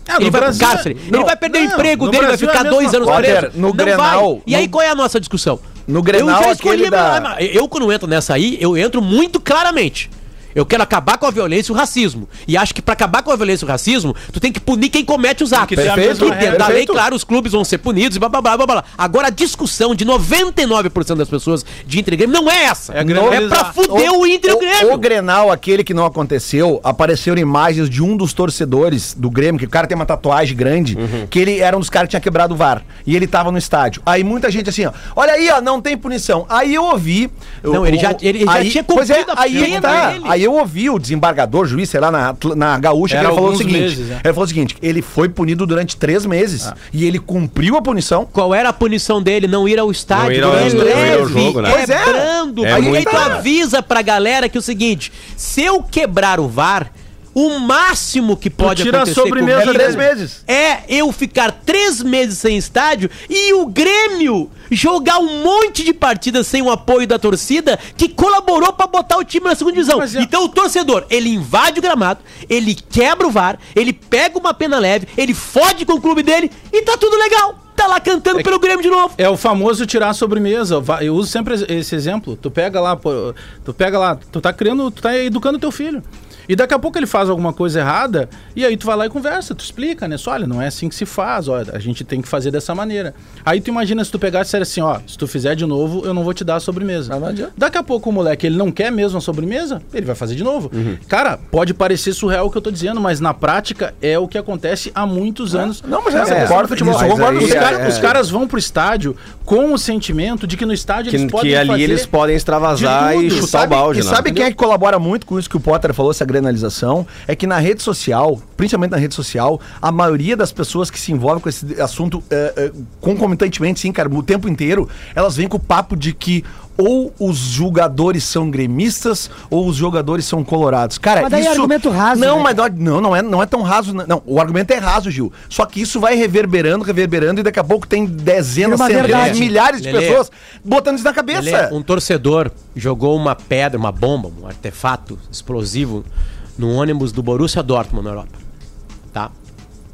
C: Ah,
J: ele
C: no
J: vai
C: Brasil-
J: pro cárcere,
C: não,
J: ele vai perder
C: não,
J: o emprego
C: no
J: dele, vai
C: Brasil é a
J: ficar dois
C: mesma
J: anos
C: coisa.
J: preso.
C: Potter, no
J: Não
C: Grenal,
J: vai. E aí qual é a nossa discussão?
G: No Grenal,
J: eu já escolhi,
G: aquele da-
J: mas eu quando entro nessa aí, eu entro muito claramente. Eu quero acabar com a violência e o racismo. E acho que pra acabar com a violência e o racismo, tu tem que punir quem comete os atos.
C: ter a
J: Perfeito,
C: mesma
J: e dentro
C: regra.
J: da lei,
C: Perfeito.
J: claro, os clubes vão ser punidos e blá blá blá blá blá. Agora a discussão de 99% das pessoas de Inter e Grêmio não é essa.
C: É a
J: não é pra
C: granulizar.
J: fuder o, Inter e o Grêmio.
G: O, Grenal, aquele que não aconteceu, apareceram imagens de um dos torcedores do Grêmio, que o cara tem uma tatuagem grande, que ele era um dos caras que tinha quebrado o VAR. E ele tava no estádio. Aí muita gente assim, ó, olha aí, ó, não tem punição. Aí eu ouvi.
J: Não,
G: o-
J: ele já- ele já
G: aí,
J: tinha
G: pois é,
J: cumprido a
G: aí,
J: pena
G: tá,
J: dele.
G: aí eu ouvi o desembargador, juiz, sei lá, na, Atl- na Gaúcha,
C: Era
G: que ele falou o
C: alguns
G: seguinte.
C: meses,
J: é.
C: né?
G: Ele falou o seguinte: ele foi punido durante três meses
J: Ah.
G: e ele cumpriu a punição.
J: Qual era a punição dele? Não ir ao estádio.
K: Não ir ao-
J: durante
K: não ir ao
J: leve,
K: jogo, né?
G: Pois é.
J: Quebrando.
K: É
J: Aí
K: muito-
J: tu avisa pra galera que é o seguinte, se eu quebrar o VAR, o máximo que pode
C: tira a
J: acontecer
C: sobremesa
J: comigo
C: três
G: meses.
J: É eu ficar três meses sem estádio e o Grêmio jogar um monte de partidas sem o apoio da torcida que colaborou pra botar o time na segunda divisão.
C: Mas é-
J: Então o torcedor, ele invade o gramado, ele quebra o VAR, ele pega uma pena leve, ele fode com o clube dele e tá tudo legal. Tá lá cantando pelo Grêmio de novo.
C: É o famoso tirar a sobremesa. Va- Eu uso sempre esse exemplo. Tu pega lá, pô, tu pega lá, tu tá criando, tu tá educando teu filho. E daqui a pouco ele faz alguma coisa errada, e aí tu vai lá e conversa, tu explica, né? Só, olha, não é assim que se faz, ó, a gente tem que fazer dessa maneira. Aí tu imagina se tu pegasse e disser assim, ó, se tu fizer de novo, eu não vou te dar a sobremesa.
G: Ah, não adianta.
C: Daqui a pouco o moleque, ele não quer mesmo a sobremesa, ele vai fazer de novo.
G: Uhum.
C: Cara, pode parecer surreal o que eu tô dizendo, mas na prática é o que acontece há muitos anos.
G: não, mas é,
C: nessa
G: eu
C: questão
G: concordo
C: do futebol.
G: com isso,
C: Eu
G: eu
C: concordo
G: concordo
C: os,
G: com
C: cara-
K: É.
G: isso.
C: os caras vão pro estádio com o sentimento de que no estádio
K: Que,
C: eles podem
K: que ali
C: fazer
K: eles podem extravasar
C: de tudo,
K: e chutar
G: sabe,
K: o balde,
G: e
K: né?
G: sabe quem é que colabora muito com isso que o Potter falou, essa granalização? É que na rede social, principalmente na rede social, a maioria das pessoas que se envolvem com esse assunto é, é, concomitantemente, sim, cara, o tempo inteiro, elas vêm com o papo de que ou os jogadores são gremistas ou os jogadores são colorados. Cara,
F: Mas daí é argumento raso,
G: Não,
F: né,
G: mas não, não, não é, não é tão raso. Não, Não, o argumento é raso, Gil. Só que isso vai reverberando, reverberando e daqui a pouco tem dezenas,
F: Vira É uma
G: centenas,
F: verdade.
G: milhares de
J: Lelê.
G: pessoas botando isso na cabeça.
J: Lelê, um torcedor jogou uma pedra, uma bomba, um artefato explosivo no ônibus do Borussia Dortmund na Europa. Tá?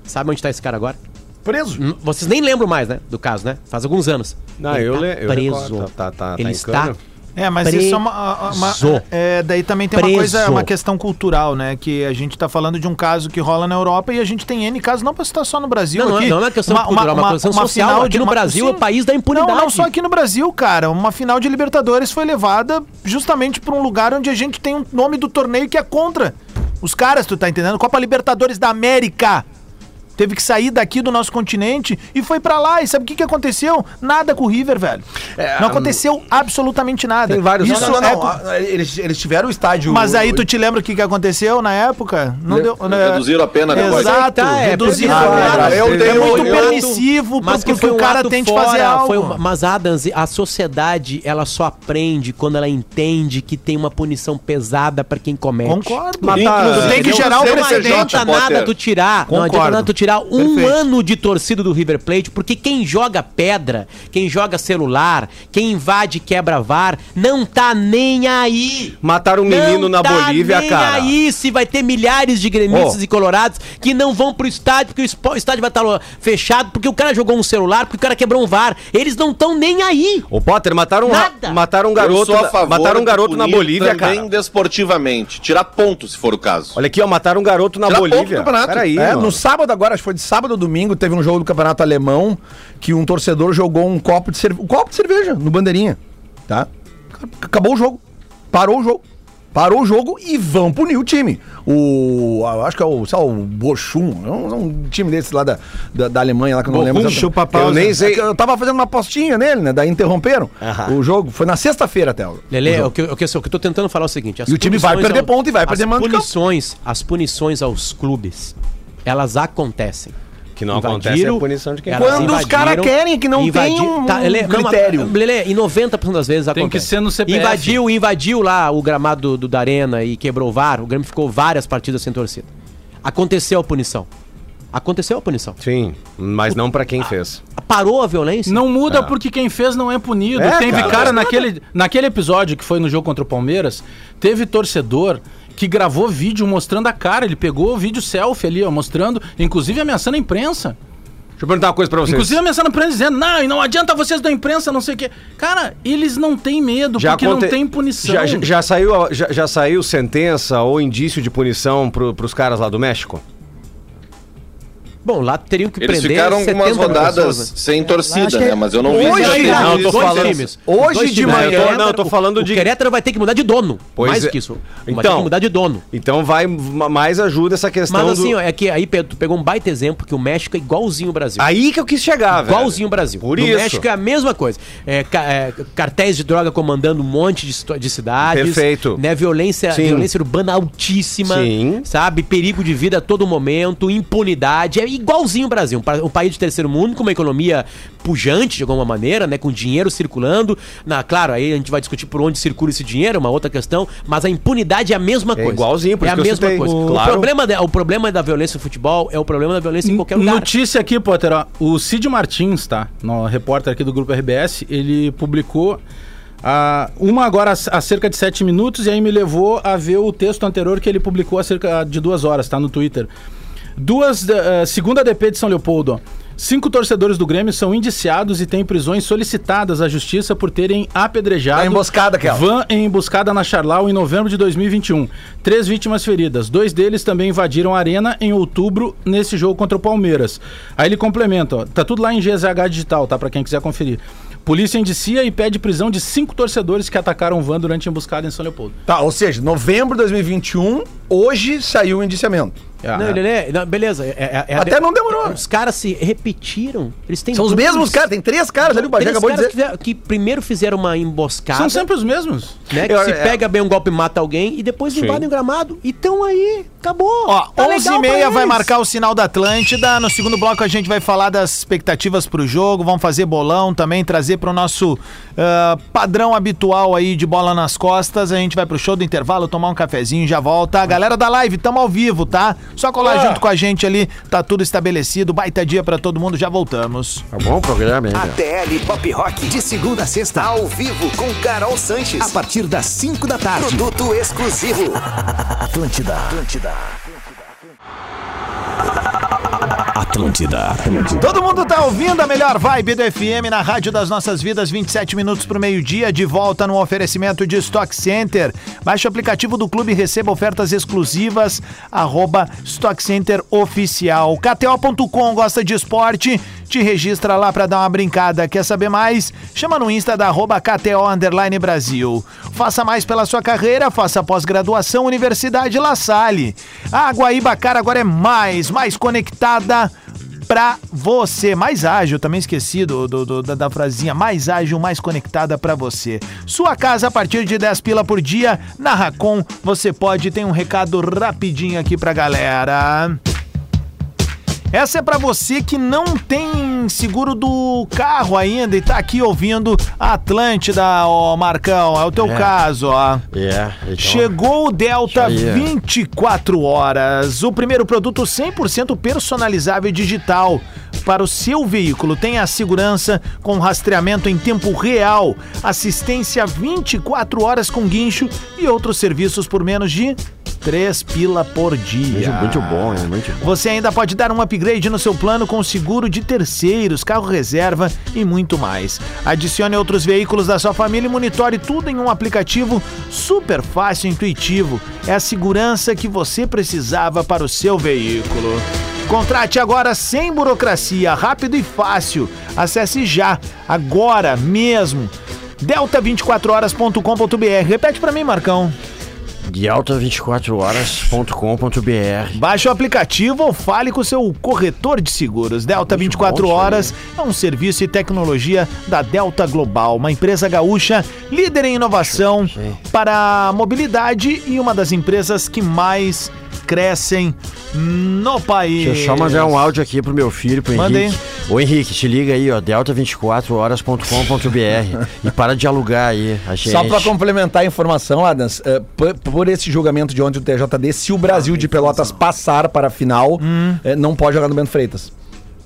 J: Sabe onde tá esse cara agora?
G: Preso.
J: N- Vocês nem lembram mais, né? Do caso, né? Faz alguns anos. tá
K: Não, eu le- eu
J: preso.
K: recordo. Tá- tá- tá- tá
J: Ele
K: em
J: está
K: cana?
B: É, mas isso é uma. uma-
J: Preso.
B: é, daí também tem uma
J: Preso.
B: coisa, é uma questão cultural, né? Que a gente tá falando de um caso que rola na Europa e a gente tem N casos, não pra citar só no Brasil.
J: Não, não é-
B: aqui.
J: não é uma questão cultural, é uma questão social.
B: final
J: Aqui
B: de
J: no Brasil é o país da impunidade.
B: Não, não só aqui no Brasil, cara. Uma final de Libertadores foi levada justamente pra um lugar onde a gente tem um nome do torneio que é contra. Os caras, tu tá entendendo? Copa Libertadores da América. Teve que sair daqui do nosso continente e foi pra lá. E sabe o que, que aconteceu? Nada com o River, velho. não aconteceu absolutamente nada.
G: É, Tem vários.
B: Isso
G: Não, não,
B: é
G: não, ah, Eles, eles tiveram o estádio.
B: mas aí tu te lembra o que, que aconteceu na época? Não deu. né?
I: Reduziram a pena depois.
B: Exato,
J: Tá, é,
B: reduziram
G: permissivo.
B: a pena.
G: Ah, eu
B: é
G: tenho-
B: muito
G: eu-
B: permissivo
J: mas
B: porque
J: que foi um
B: o cara tente fazer algo.
J: Foi um uma- mas Adams, a sociedade ela só aprende quando ela entende que tem uma punição pesada pra quem comete.
B: Concordo.
G: Mas tá-
B: Inclusive, tem que
I: eu
B: gerar um
I: sei, mas eu
J: Não
B: precedente.
J: adianta
I: Potter.
J: nada tu tirar, não adianta
G: Concordo.
J: nada tu tirar um
G: Perfeito.
J: ano de torcida do River Plate, porque quem joga pedra, quem joga celular, quem invade quebra-var, não tá nem aí.
K: Mataram um
J: Não
K: menino na
J: tá
K: Bolívia,
J: nem
K: cara.
J: aí se vai ter milhares de gremistas
K: Ó.
J: e colorados que não vão pro estádio, porque o espo- estádio vai estar fechado, porque o cara jogou um celular, porque o cara quebrou um VAR. Eles não estão nem aí.
K: Ô, Potter, mataram um, ra-
J: Nada.
K: mataram um
I: Eu
K: garoto,
I: sou a favor
K: mataram um
I: de
K: garoto na
I: punir
K: Bolívia,
I: também
K: cara.
I: desportivamente. Tirar ponto, se for o caso.
K: Olha aqui, ó, mataram um garoto na
I: Tirar ponto do
K: Bolívia.
I: campeonato.
K: Peraí,
G: É,
K: mano.
G: no sábado agora acho que foi de sábado ou domingo, teve um jogo do Campeonato Alemão que um torcedor jogou um copo de cerveja, um copo de cerveja no bandeirinha, tá? Acabou o jogo. Parou o jogo. Parou o jogo e vão punir o time. O. a- Acho que é o. Sei lá, o Bochum. É um, é um time desse lá da, da, da Alemanha, lá que eu não
K: Bochum,
G: lembro. exatamente.
K: chupa pausa.
G: Eu nem sei. É Eu tava fazendo uma apostinha nele, né? Daí interromperam o jogo. Foi na sexta-feira até. o-
J: Lele,
G: jogo.
J: o que, o, que, eu- o que eu tô tentando falar é o seguinte: as
G: E o time vai
J: punições
G: perder ponto e vai perder
J: as
G: mando de campo.
J: punições, as punições aos clubes, elas acontecem.
K: Que não acontece é a punição de quem
J: elas
K: Quando os
G: cara
J: invadiram, Tá,
G: querem que não tem um
J: Lelê, não, mas-
G: critério.
J: Lelê, em 90% das vezes acontece.
C: que ser no CPF.
J: Invadiu, invadiu lá o gramado do, da arena e quebrou o VAR. O Grêmio ficou várias partidas sem torcida. Aconteceu a punição. Aconteceu a punição.
K: Sim, mas não pra quem fez.
J: Parou a violência?
C: Não muda
K: É.
C: porque quem fez não é punido.
K: É,
C: teve
K: cara.
C: cara, naquele, naquele episódio que foi no jogo contra o Palmeiras, teve torcedor que gravou vídeo mostrando a cara. Ele pegou o vídeo selfie ali, ó, mostrando, inclusive ameaçando a imprensa.
K: Deixa eu perguntar uma coisa pra vocês.
C: Inclusive ameaçando a imprensa, dizendo, não, e não adianta vocês da imprensa, não sei o quê. Cara, eles não têm medo, porque
K: aconte-
C: não tem punição.
K: Já, já- já saiu, a- já, já saiu sentença ou indício de punição pro, pros caras lá do México?
J: Bom, lá teriam que
I: Eles
J: prender
I: ficaram algumas
J: 70 mil
I: rodadas
J: pessoas, né?
I: sem torcida,
J: Acho que-
I: né? Mas eu não vi.
B: Tá
J: Hoje
K: é,
I: isso.
J: ainda, não, eu tô
K: Dois
J: falando-
K: times.
J: Hoje
K: Dois
J: de
K: times.
J: manhã-
K: Eu tô- não, eu tô falando
J: o
K: de.
J: Querétaro vai ter que mudar de dono.
K: Pois
J: mais
K: é.
J: que isso.
K: Então-
J: vai ter que mudar de dono.
K: Então vai ma- mais ajuda essa questão.
J: Mas assim,
K: do...
J: ó, é que aí Pedro, tu pegou um baita exemplo que o México é igualzinho o Brasil.
K: Aí que eu quis chegar, velho.
J: Igualzinho o Brasil.
K: Por
J: no
K: isso.
J: México é a mesma coisa. É, ca- é, cartéis de droga comandando um monte de, cito- de cidades.
K: Perfeito.
J: Né, violência,
K: Sim.
J: violência urbana altíssima.
K: Sim.
J: Sabe? Perigo de vida a todo momento, impunidade. É igualzinho o Brasil. Um, pa- um país de terceiro mundo com uma economia pujante, de alguma maneira, né? Com dinheiro circulando. Na, claro, aí a gente vai discutir por onde circula esse dinheiro, é uma outra questão. Mas a impunidade é a mesma coisa.
K: igualzinho, por
J: É
K: isso
J: a
K: que eu
J: mesma
K: citei.
J: coisa.
K: O-
J: O,
K: Claro.
J: problema da, o problema da violência no futebol é o problema da violência em qualquer lugar.
C: Notícia aqui, Potter. ó. O Cid Martins, tá? No repórter aqui do Grupo RBS, ele publicou ah, uma agora há há cerca de sete minutos e aí me levou a ver o texto anterior que ele publicou há cerca de duas horas, tá? No Twitter. Duas, eh, segunda DP de São Leopoldo. ó. Cinco torcedores do Grêmio são indiciados e têm prisões solicitadas à justiça por terem apedrejado
J: Tá
G: A emboscada aquela.
C: van em emboscada na Charlau em novembro de 2021. Três vítimas feridas. Dois deles também invadiram a arena em outubro nesse jogo contra o Palmeiras. Aí ele complementa, ó, tá tudo lá em GZH Digital, tá? Pra quem quiser conferir. Polícia indicia e pede prisão de cinco torcedores que atacaram van durante a emboscada em São Leopoldo.
G: Tá, ou seja, novembro de 2021, hoje saiu o indiciamento.
J: Não, ele, ele- não, beleza. é- é- é a
G: Até
J: de-
G: não demorou.
J: Os caras se repetiram. Eles têm
G: São os
J: grupos-
G: mesmos caras, tem três caras ali, o Bagé
J: Três
G: acabou de
J: caras
G: dizer.
J: que, fizeram- que primeiro fizeram uma emboscada,
C: São sempre os mesmos.
J: né? Que
G: Eu-
J: se
G: é.
J: pega bem um golpe e mata alguém e depois invadem o gramado. Então aí, acabou.
B: Ó,
J: Tá legal
B: 11 e
J: pra
B: meia vai
J: eles.
B: marcar o sinal da Atlântida. No segundo bloco a gente vai falar das expectativas pro jogo, vamos fazer bolão também, trazer pro nosso ah, padrão habitual aí de bola nas costas. A gente vai pro show do intervalo, tomar um cafezinho, já volta. A galera da live, tamo ao vivo, tá? Só colar
J: Ah.
B: junto com a gente ali, tá tudo estabelecido. Baita dia pra todo mundo, já voltamos.
E: Tá bom o programa, hein? cara?
L: ATL Pop Rock, de segunda a sexta, ao vivo com Carol Sanches, a partir das 5 da tarde. Produto exclusivo. Atlântida. Atlântida. Atlântida. Atlântida.
B: Todo mundo tá ouvindo a melhor vibe do FM na Rádio das Nossas Vidas, 27 minutos pro meio-dia, de volta no oferecimento de Stock Center. Baixe o aplicativo do clube e receba ofertas exclusivas, arroba Stock Center Oficial. KTO.com gosta de esporte? Te registra lá pra dar uma brincada. Quer saber mais? Chama no Insta da arroba KTO Underline Brasil. Faça mais pela sua carreira, faça pós-graduação Universidade La Salle. A Guaíba Cara agora é mais, mais conectada pra você. Mais ágil, também esqueci do, do- do- da, da frasinha. Mais ágil, mais conectada pra você. Sua casa a partir de 10 pila por dia. Na Racon, você pode. Tem um recado rapidinho aqui pra galera. Essa é pra você que não tem seguro do carro ainda e tá aqui ouvindo a Atlântida, ó, Marcão. É o teu
E: É.
B: caso, ó.
E: É, então-
B: Chegou o Delta
E: Isso aí, é.
B: 24 horas. O primeiro produto 100% personalizável e digital para o seu veículo. Tem a segurança com rastreamento em tempo real, assistência 24 horas com guincho e outros serviços por menos de 3 pila por
E: Muito,
B: dia.
E: muito bom, é muito bom.
B: Você ainda pode dar um upgrade no seu plano com seguro de terceiros, carro reserva e muito mais. Adicione outros veículos da sua família e monitore tudo em um aplicativo super fácil e intuitivo. É a segurança que você precisava para o seu veículo. Contrate agora sem burocracia, rápido e fácil. Acesse já, agora mesmo. Delta24horas.com.br. Repete pra mim, Marcão.
E: Delta24horas.com.br
B: Baixe o aplicativo ou fale com seu corretor de seguros.
E: um
B: Delta 24 Horas é um serviço e tecnologia da Delta Global, uma empresa gaúcha líder em inovação para a mobilidade e uma das empresas que mais crescem no país.
E: Deixa eu só mandar um áudio aqui pro meu filho, pro
B: Manda
E: Henrique. Ô Henrique, te liga aí, ó, delta24horas.com.br e para de alugar aí a gente.
G: Só pra complementar a informação, Adams, eh, por, por esse julgamento de ontem do TJD, se o
K: Ah,
G: Brasil de Pelotas passar para a final,
K: Hum.
G: eh, não pode jogar no Bento Freitas.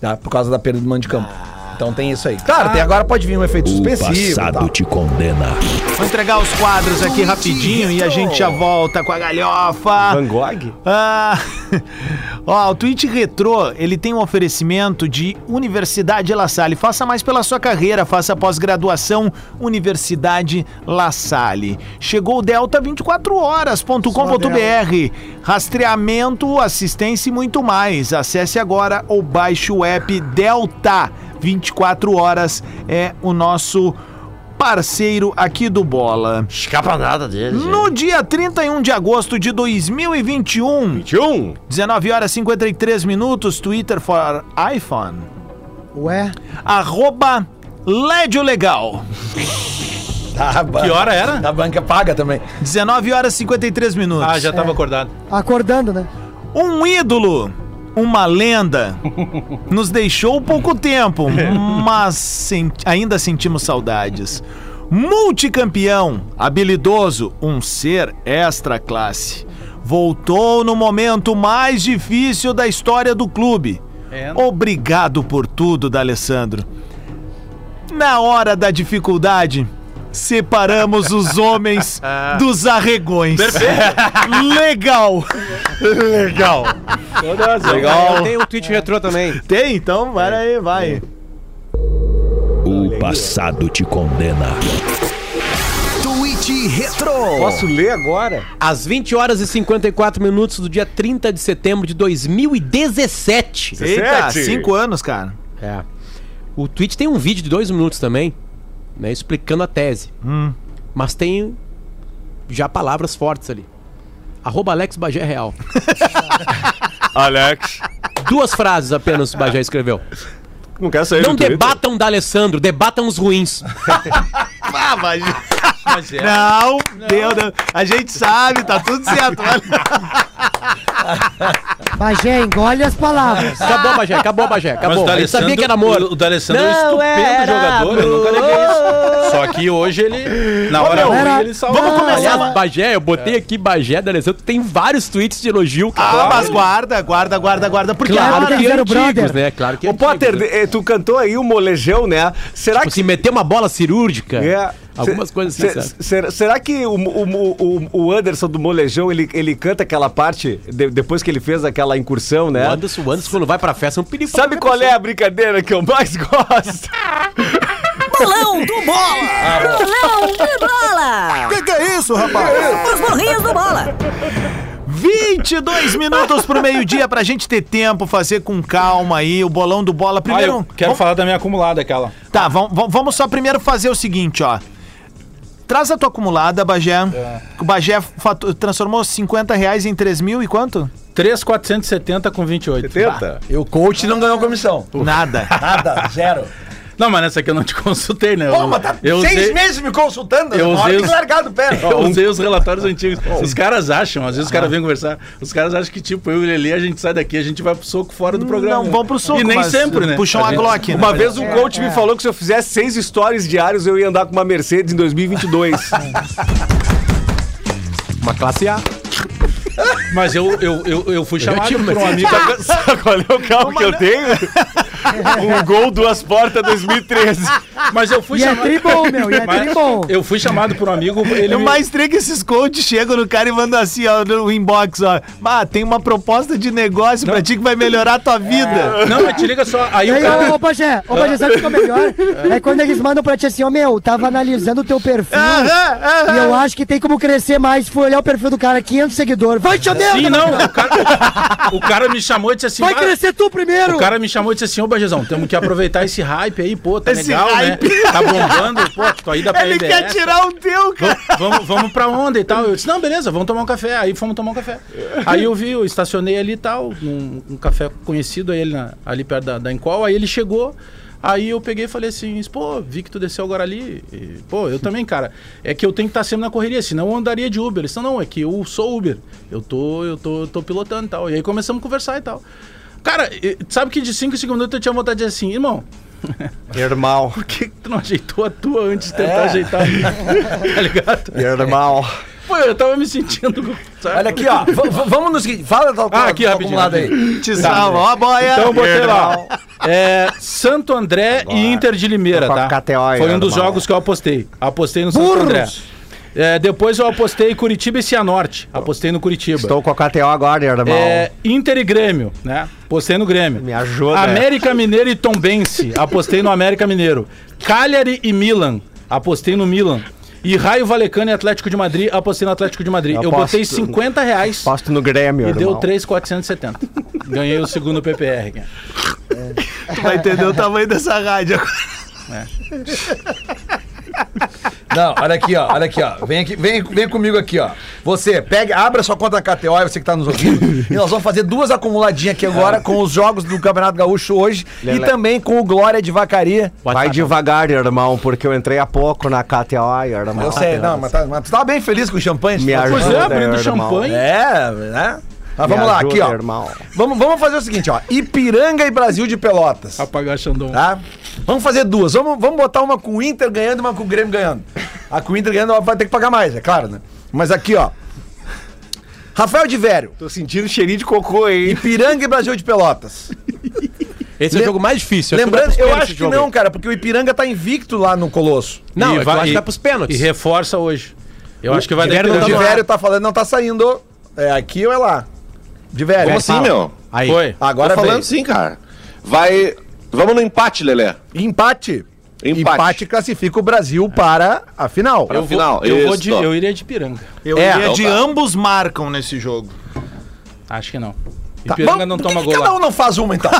G: Tá? Por causa da perda do mando de campo.
K: Ah.
G: Então tem isso aí. Claro, tem agora pode vir um efeito suspensivo. Passado te condena.
B: Vou entregar os quadros aqui rapidinho e a gente já volta com a galhofa.
K: Van Gogh?
B: Ah, ó, o Twitch Retro, ele tem um oferecimento de Universidade La Salle. Faça mais pela sua carreira, faça pós-graduação Universidade La Salle. Chegou o delta24horas.com.br. Rastreamento, assistência e muito mais. Acesse agora ou baixe o app Delta 24 horas é o nosso parceiro aqui do Bola.
E: Escapa nada dele.
B: No dia 31 de agosto de 2021.
K: 21?
B: 19 horas 53 minutos, Twitter for iPhone.
F: Ué?
B: Arroba LED Legal.
G: Que hora era? Tá, A banca paga também.
B: 19 horas 53 minutos.
C: Ah, já tava acordado.
F: Acordando, né?
B: Um ídolo, uma lenda, nos deixou pouco tempo, mas sen- ainda sentimos saudades. Multicampeão, habilidoso, um ser extra classe. Voltou no momento mais difícil da história do clube. Obrigado por tudo, D'Alessandro. Na hora da dificuldade, separamos os homens dos arregões. Legal! Legal!
J: Eu tenho um tweet retrô também.
B: Tem? Então, vai aí, vai.
H: O passado te condena.
L: Twitch Retro.
K: Posso ler agora?
J: Às 20 horas e 54 minutos do dia 30 de setembro de 2017.
C: É.
B: Eita,
K: 17.
B: cinco anos, cara.
J: É. O tweet tem um vídeo de dois minutos também, né? Explicando a tese. Mas tem já palavras fortes ali. Arroba Alex Bagé Real.
K: Alex.
J: Duas frases apenas o Bagé escreveu.
K: Não quero sair
J: Não
K: do Twitter.
J: debatam da Alessandro, debatam os ruins.
C: Mas é.
B: Não, deu, deu. A gente sabe, tá tudo certo. Olha.
F: Bagé, engole as palavras.
J: Acabou, Bagé, acabou, Bagé,
C: Mas
J: acabou.
C: o
J: Ele sabia que era amor.
C: O, o D'Alessandro é um
J: Não
C: estupendo
J: era
C: jogador, eu nunca neguei isso. Só que hoje ele, na hora
F: era-
C: ruim, ele salvou.
F: Vamos começar.
J: Ah, Aliás, Bagé, eu botei aqui Bagé da Alessandro, tem vários tweets de elogio.
B: Ah, é mas guarda, guarda, guarda, guarda. Porque
F: Claro
B: agora-
F: que
C: é.
F: eles eram brother.
J: né? Claro que
K: Ô,
J: antigos,
K: Potter,
J: né?
K: eh, tu cantou aí o molejão, né? Será
J: Tipo
K: que.
J: assim, meter uma bola cirúrgica.
K: É.
J: Algumas
K: Se-
J: coisas assim,
K: se-
J: sabe?
K: será, será que o, o, o, o Anderson do Molejão, ele, ele canta aquela parte de- depois que ele fez aquela incursão, né?
J: O Anderson, o Anderson, quando vai pra festa, é um perigo. pra
K: Sabe
J: qualquer
K: qual é
J: pessoa.
K: a brincadeira que eu mais gosto?
M: Bolão do Bola! Bolão do Bola!
L: Que que é isso, rapaz?
M: Os burrinhos do Bola!
B: 22 minutos pro meio-dia pra gente ter tempo, fazer com calma aí o bolão do bola.
C: Ah,
B: Primeiro,
C: eu quero falar da minha acumulada, aquela.
B: Tá, vamos, vamos só primeiro fazer o seguinte, ó. Traz a tua acumulada, Bagé.
C: É.
B: O Bagé fatu- transformou 50 reais em 3 mil e quanto?
C: 3,470 com 28.
K: Tenta.
G: E o coach não ganhou comissão.
B: Nada.
G: Nada, zero.
C: Não, mas nessa aqui eu não te consultei, né? Eu,
G: Pô, mas tá
C: eu
G: seis
C: usei-
G: meses me consultando.
C: eu
G: uma hora
C: usei
G: tem que
C: os-
G: largar do pé.
C: Eu usei os relatórios antigos. Os caras acham, às vezes os
G: Ah.
C: caras vêm conversar, os caras acham que, tipo, eu e o Lelê, a gente sai daqui, a gente vai pro soco fora do programa.
B: Não, vão pro soco,
C: E nem
B: mas
C: sempre, né?
B: puxam a
C: gente-
B: Glock, né?
K: Uma vez um coach me falou que se eu fizesse seis stories diários, eu ia andar com uma Mercedes em 2022.
J: Uma classe A.
C: Mas eu, eu, eu, eu fui chamado
J: tive,
C: por um
J: mas-
C: amigo.
K: Sabe qual é o carro que eu tenho?
D: um gol, duas portas, 2013.
C: Mas eu fui
F: E é
C: chamado.
F: tribom, meu, e é
C: Mas
F: tribom.
C: Eu fui chamado por um amigo. Ele
B: o
C: me-
B: mais tri é que esses coaches chegam no cara e mandam assim, ó, no inbox, ó. Ah, tem uma proposta de negócio pra ti que vai melhorar a
K: É.
B: tua vida.
C: Não, mas te liga só. Aí
F: E
C: o
F: aí,
C: cara.
F: ô, ô Pajé, ô Pajé, sabe o que é melhor? É quando eles mandam pra ti assim, ó, meu, tava analisando o teu perfil
B: Aham, aham.
F: e eu acho que tem como crescer mais. Fui olhar o perfil do cara, 500 seguidores. Vai, te merda!
C: Sim,
F: meu cara.
C: não. O cara, o cara me chamou e disse assim.
F: Vai
C: "Ah,
F: crescer tu primeiro!
C: O cara me chamou e disse assim, ô Bajezão, temos que aproveitar esse hype aí, pô, tá
B: Esse
C: legal,
B: hype.
C: né? Tá bombando, pô, tô ainda pra
B: Ele quer
K: né?
C: IBS.
B: tirar o teu, cara.
C: Vamos, vamos, vamos pra onda e tal. Eu disse, não, beleza, vamos tomar um café. Aí fomos tomar um café. Aí eu vi, eu estacionei ali e tal, num um café conhecido aí ele na- ali perto da, da Encol. Aí ele chegou, aí eu peguei e falei assim, pô, vi que tu desceu agora ali. E, pô, eu também, cara. É que eu tenho que estar sempre na correria, senão eu andaria de Uber. Ele disse, não, é que eu sou Uber. Eu tô, eu tô, eu tô pilotando e tal. E aí começamos a conversar e tal. Cara, e- sabe que de 5 em 5 minutos eu tinha vontade de dizer assim, irmão,
D: Normal.
C: por que, que tu não ajeitou a tua antes de
D: É.
C: tentar ajeitar a minha? tá ligado?
D: Normal.
C: Pô, eu tava me sentindo.
G: Olha aqui, ó. v- v- vamos nos seguinte. Fala da
C: Ah, aqui,
G: do
C: rapidinho,
G: acumulado
C: rapidinho.
G: aí.
B: Te salva, ó a boia.
C: Então eu botei lá. É, Santo André e Inter de Limeira,
D: Tô com a
C: tá?
D: KTO aí,
C: Foi um dos
D: normal.
C: jogos que eu apostei. Apostei no Santo
G: Burros!
C: André. É, depois eu apostei Curitiba e Cianorte. Apostei no Curitiba.
D: Estou com a KTO agora, irmão.
C: É, Inter e Grêmio, né? Apostei no Grêmio.
D: Me ajuda. é.
C: América Mineiro e Tombense. Apostei no América Mineiro. Cagliari e Milan. Apostei no Milan. E Raio Valecano e Atlético de Madrid. Apostei no Atlético de Madrid. Eu,
D: Eu
C: botei
D: aposto-
C: 50 reais
D: Posto no Grêmio,
C: e deu
D: irmão.
C: 3,470. Ganhei o segundo PPR. cara.
B: Tu vai entender o tamanho dessa rádio agora.
G: Não, olha aqui, ó. Olha aqui, ó. Vem, aqui, vem, vem comigo aqui, ó. Você pega, abre a sua conta na KTO, aí você que tá nos ouvindo. e nós vamos fazer duas acumuladinhas aqui agora com os jogos do Campeonato Gaúcho hoje
D: Lele.
G: e também com o Glória de Vacaria.
D: Vai devagar, irmão, porque eu entrei há pouco na KTO, irmão.
G: Eu sei, não, mas, tá, mas tu tava bem feliz com o champanhe.
D: Me
G: tu tá-
D: ajuda,
C: Pois é, abrindo
D: irmão.
C: champanhe.
G: É, né? Mas vamos
D: Me
G: lá,
D: ajuda,
G: aqui, ó.
D: irmão.
G: Vamos, vamos fazer o seguinte, ó. Ipiranga e Brasil de Pelotas.
C: Apagar Xandão.
G: Tá? Vamos fazer duas. Vamos, vamos botar uma com o Inter ganhando e uma com o Grêmio ganhando. A com o Inter ganhando ela vai ter que pagar mais, é claro, né? Mas aqui, ó. Rafael de Vério,
D: Tô sentindo cheirinho de cocô, hein?
G: Ipiranga e Brasil de Pelotas.
J: Esse é o
G: Lem-
J: jogo mais difícil.
G: Lembrando, eu acho que não,
J: não.
G: cara, porque o Ipiranga tá invicto lá no Colosso.
J: Não,
C: E
J: eu acho que vai pros
C: E
J: pênaltis.
C: reforça hoje. Eu acho que vai
J: Diverio
G: O
J: não
G: de
J: Tamo lá.
G: Vério tá falando, não tá saindo. É aqui ou é lá? De Vério.
I: Como assim, meu?
J: Aí.
C: Foi.
I: Tô
G: Agora falando
I: falando sim, cara. Vai. Vamos no empate, Lelé.
G: empate.
I: Empate.
G: classifica o Brasil para a final.
I: Pra final.
C: Eu, vou
I: Isso.
C: de, eu iria de piranga.
B: Eu
G: É,
B: iria
I: não
B: de
I: dá.
B: ambos marcam nesse jogo.
C: Acho que não.
G: Tá,
C: Ipiranga
G: vamos-
C: não
G: por que
C: toma
G: que
C: gol
G: Cada
C: lá.
G: um não faz uma, então.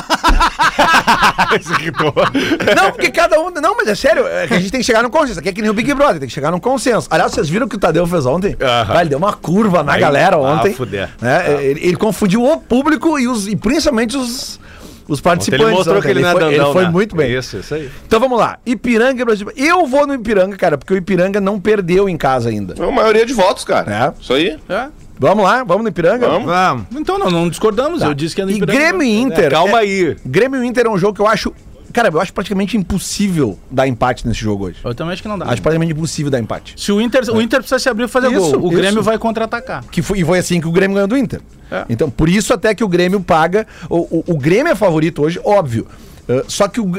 G: Não, porque cada um. Não, mas é sério, é que a gente tem que chegar num consenso. Aqui é que nem o Big Brother, tem que chegar num consenso. Aliás, vocês viram o que o Tadeu fez ontem? Ah, ele deu uma curva na galera ontem.
D: ah, fuder. Ah.
G: né? Ele, ele confundiu o público e, os, e principalmente os, os participantes.
D: Ele mostrou
G: ontem.
D: que ele não é
G: foi,
D: dandão,
G: Tipo ele foi
D: né?
G: muito
B: É
G: bem.
D: Isso, isso aí.
G: Então vamos lá. Ipiranga e Brasil. Eu vou no Ipiranga, cara, porque o Ipiranga não perdeu em casa ainda.
I: É a maioria de votos, cara.
G: É.
I: Isso aí.
C: É.
G: Vamos lá, vamos no Ipiranga?
I: Vamos.
B: Vamos.
C: Então não, não discordamos. Eu disse que é no
G: E
C: Ipiranga.
G: Grêmio e Inter.
D: né?
G: É,
D: Calma aí.
G: Grêmio e Inter é um jogo que eu acho. Cara, eu acho praticamente impossível dar empate nesse jogo hoje.
C: É. Eu também acho que não dá.
D: Hum.
G: Acho praticamente impossível dar empate.
C: Se o Inter, o Inter precisa se abrir e fazer
G: Isso,
C: gol, o Grêmio
G: isso.
C: vai contra-atacar.
G: Que foi, e foi assim que o Grêmio ganhou do Inter.
C: É.
G: Então, por isso até que o Grêmio paga. O, o- o Grêmio é favorito hoje, óbvio. Ah, só que o. Uh,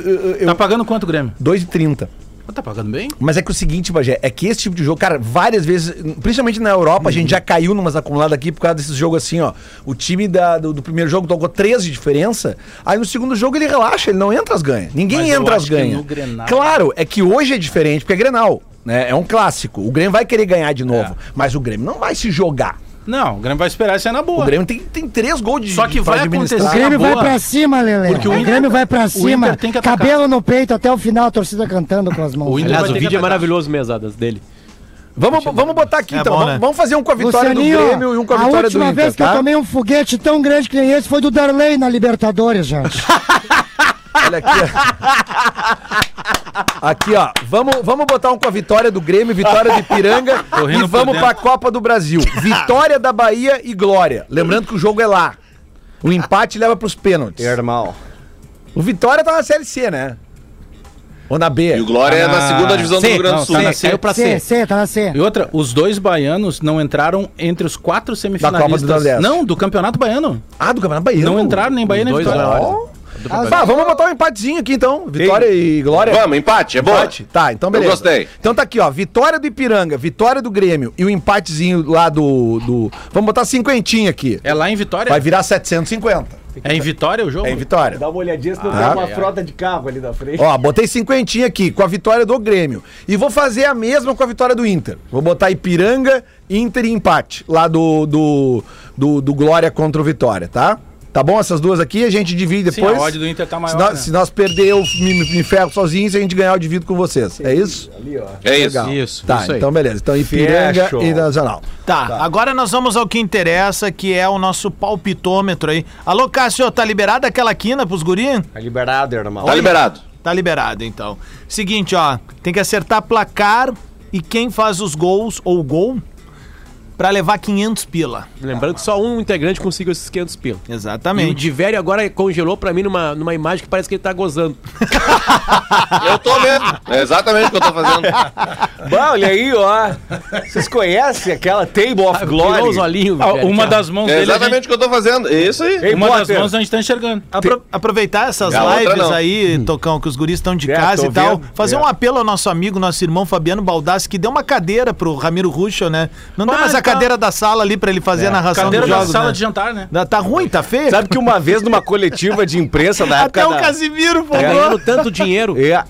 C: Tá
G: eu,
C: pagando quanto o Grêmio?
G: 2,30.
C: Tá pagando bem?
G: Mas é que o seguinte, Bagé, é que esse tipo de jogo, cara, várias vezes, principalmente na Europa,
C: Uhum.
G: a gente já caiu numas acumuladas aqui por causa desses jogos assim, ó. O time da- do, do primeiro jogo tocou 13 de diferença, aí no segundo jogo ele relaxa, ele não entra as ganha. Ninguém
C: Mas eu
G: entra
C: acho
G: as
C: que
G: ganha.
C: no Grenal-
G: Claro, é que hoje é diferente, porque é Grenal, né? É um clássico. O Grêmio vai querer ganhar de
C: É.
G: novo, mas o Grêmio não vai se jogar.
C: Não, o Grêmio vai esperar isso é na boa.
G: O Grêmio tem, tem três gols de
C: Só que
G: de- pra
C: vai
G: administrar.
F: O
C: acontecer.
F: Grêmio
C: na
F: vai
C: Ah, boa.
F: pra cima, Lele.
C: Porque o
F: o,
C: Inter-
F: Grêmio vai pra cima.
C: Inter tem que atacar.
F: Cabelo no peito até o final, a torcida cantando com as mãos.
J: O
F: O
C: Inter vai
J: Aliás, o
C: ter que
J: vídeo é
C: atacar.
J: maravilhoso, mesadas dele.
G: Vamos, vamos botar aqui
B: É
G: então.
B: bom,
G: vamos,
B: né?
G: vamos fazer um com a vitória do Grêmio e um com a
F: a
G: vitória do Inter.
F: última vez que eu
G: tá?
F: tomei um foguete tão grande que nem esse foi do Darley na Libertadores, gente.
G: Olha aqui. ó. Aqui, ó. Vamos, vamos botar um com a vitória do Grêmio, vitória de Piranga.
C: rindo
G: e
C: por
G: vamos
C: dentro.
G: pra Copa do Brasil. Vitória da Bahia e Glória. Lembrando que o jogo é lá. O empate leva pros pênaltis.
D: Irmão.
G: O Vitória tá na Série C, né? Ou na B.
I: E o Glória é na
C: Ah,
I: segunda divisão do
J: C,
I: Rio Grande do
C: não,
I: Sul. né?
C: tá na
J: C, caiu pra
F: C,
J: C.
F: C, tá na C.
C: E outra, os dois baianos não entraram entre os quatro semifinalistas.
G: Nordeste.
C: não, do Campeonato Baiano.
G: Ah, do Campeonato Baiano.
C: Não entraram nem Baiano nem
J: dois
C: Vitória.
J: maiores.
G: Ó. Bah, vamos botar um empatezinho aqui então. Vitória e Glória.
I: Vamos, empate, é bom.
G: Empate? Tá, então
I: Eu
G: beleza.
I: gostei.
G: Então tá aqui, ó. Vitória do Ipiranga, vitória do Grêmio e o empatezinho lá do. do... Vamos botar cinquentinha aqui.
C: É lá em Vitória?
G: Vai virar 750.
C: É em Vitória o jogo?
G: É em Vitória.
K: Dá uma olhadinha se não
G: Ah.
K: tem uma frota de carro ali na frente.
G: Ó, botei cinquentinha aqui com a vitória do Grêmio. E vou fazer a mesma com a vitória do Inter. Vou botar Ipiranga, Inter e empate lá do, do, do, do Glória contra o Vitória, tá? Tá bom? Essas duas aqui a gente divide
C: Sim,
G: depois.
C: a odd do Inter tá maior,
G: Se nós,
C: né?
G: se nós perder, eu me, me ferro sozinho. Se a gente ganhar, eu divido com vocês. É isso?
I: É isso.
G: Legal.
J: Isso,
G: Tá,
J: isso aí.
G: então beleza. Então Ipiranga
J: Fecho.
G: e Nacional.
B: Tá, agora nós vamos ao que interessa, que é o nosso palpitômetro aí. Alô, Cássio, tá liberada aquela quina pros gurinhos?
K: Tá liberado, irmão.
I: Tá liberado.
B: Tá liberado, então. Seguinte, ó, tem que acertar placar e quem faz os gols ou gol pra levar 500 pila.
J: Lembrando que só um integrante conseguiu esses 500 pila.
B: Exatamente.
J: E o Diverio agora congelou pra mim numa, numa imagem que parece que ele tá gozando.
I: Eu tô vendo. É exatamente o que eu tô fazendo.
K: Bah, olha aí, ó. Vocês conhecem aquela Table of Glory?
J: Virou os olhinhos,
C: Ah,
J: Um velho.
C: uma das mãos
I: É
C: dele. a
I: exatamente o que eu tô fazendo. É Isso aí.
K: Ei,
C: gente- Uma das
K: Potter.
C: mãos a gente tá enxergando.
B: Apro- aproveitar essas
I: É, a outra
B: lives
I: não.
B: aí, Tocão, que os guris estão de
K: É,
B: casa
K: tô
B: e tal.
K: vendo,
B: Fazer
K: é.
B: um apelo ao nosso amigo, nosso irmão Fabiano Baldassi, que deu uma cadeira pro Ramiro Ruxo, né? Não deu
C: Ah,
B: mais a
C: tá.
B: cadeira da sala ali pra ele fazer a narração
C: Cadeira
B: dos
C: da
B: jogos,
C: sala
B: né?
C: de jantar, né?
B: Da- Tá ruim, tá feio?
K: Sabe que uma vez numa coletiva de imprensa da época
B: Até o
K: da-
B: Casimiro
J: Tá Ganhando
B: falou.
J: tanto dinheiro.
K: É,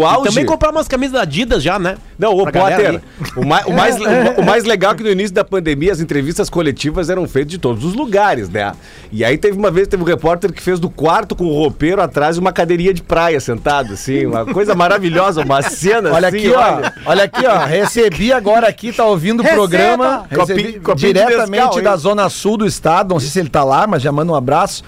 J: E
K: auge...
J: também comprar umas camisas da Adidas já, né?
K: Não, ô
J: Pra galera
K: Potter,
J: ali.
K: o mais, o, mais, o mais legal é que no início da pandemia as entrevistas coletivas eram feitas de todos os lugares, né? E aí teve uma vez, teve um repórter que fez do quarto com o roupeiro atrás uma cadeirinha de praia sentado, assim, uma coisa maravilhosa, uma cena
G: Olha
K: assim,
G: aqui, ó. Olha aqui, ó. Recebi agora aqui, tá ouvindo o
K: Receba!
G: programa.
K: Copi-
G: Recebi
K: copinho de
G: diretamente
K: Nescau, hein?
G: da zona sul do estado. Não sei se ele tá lá, mas já manda um abraço.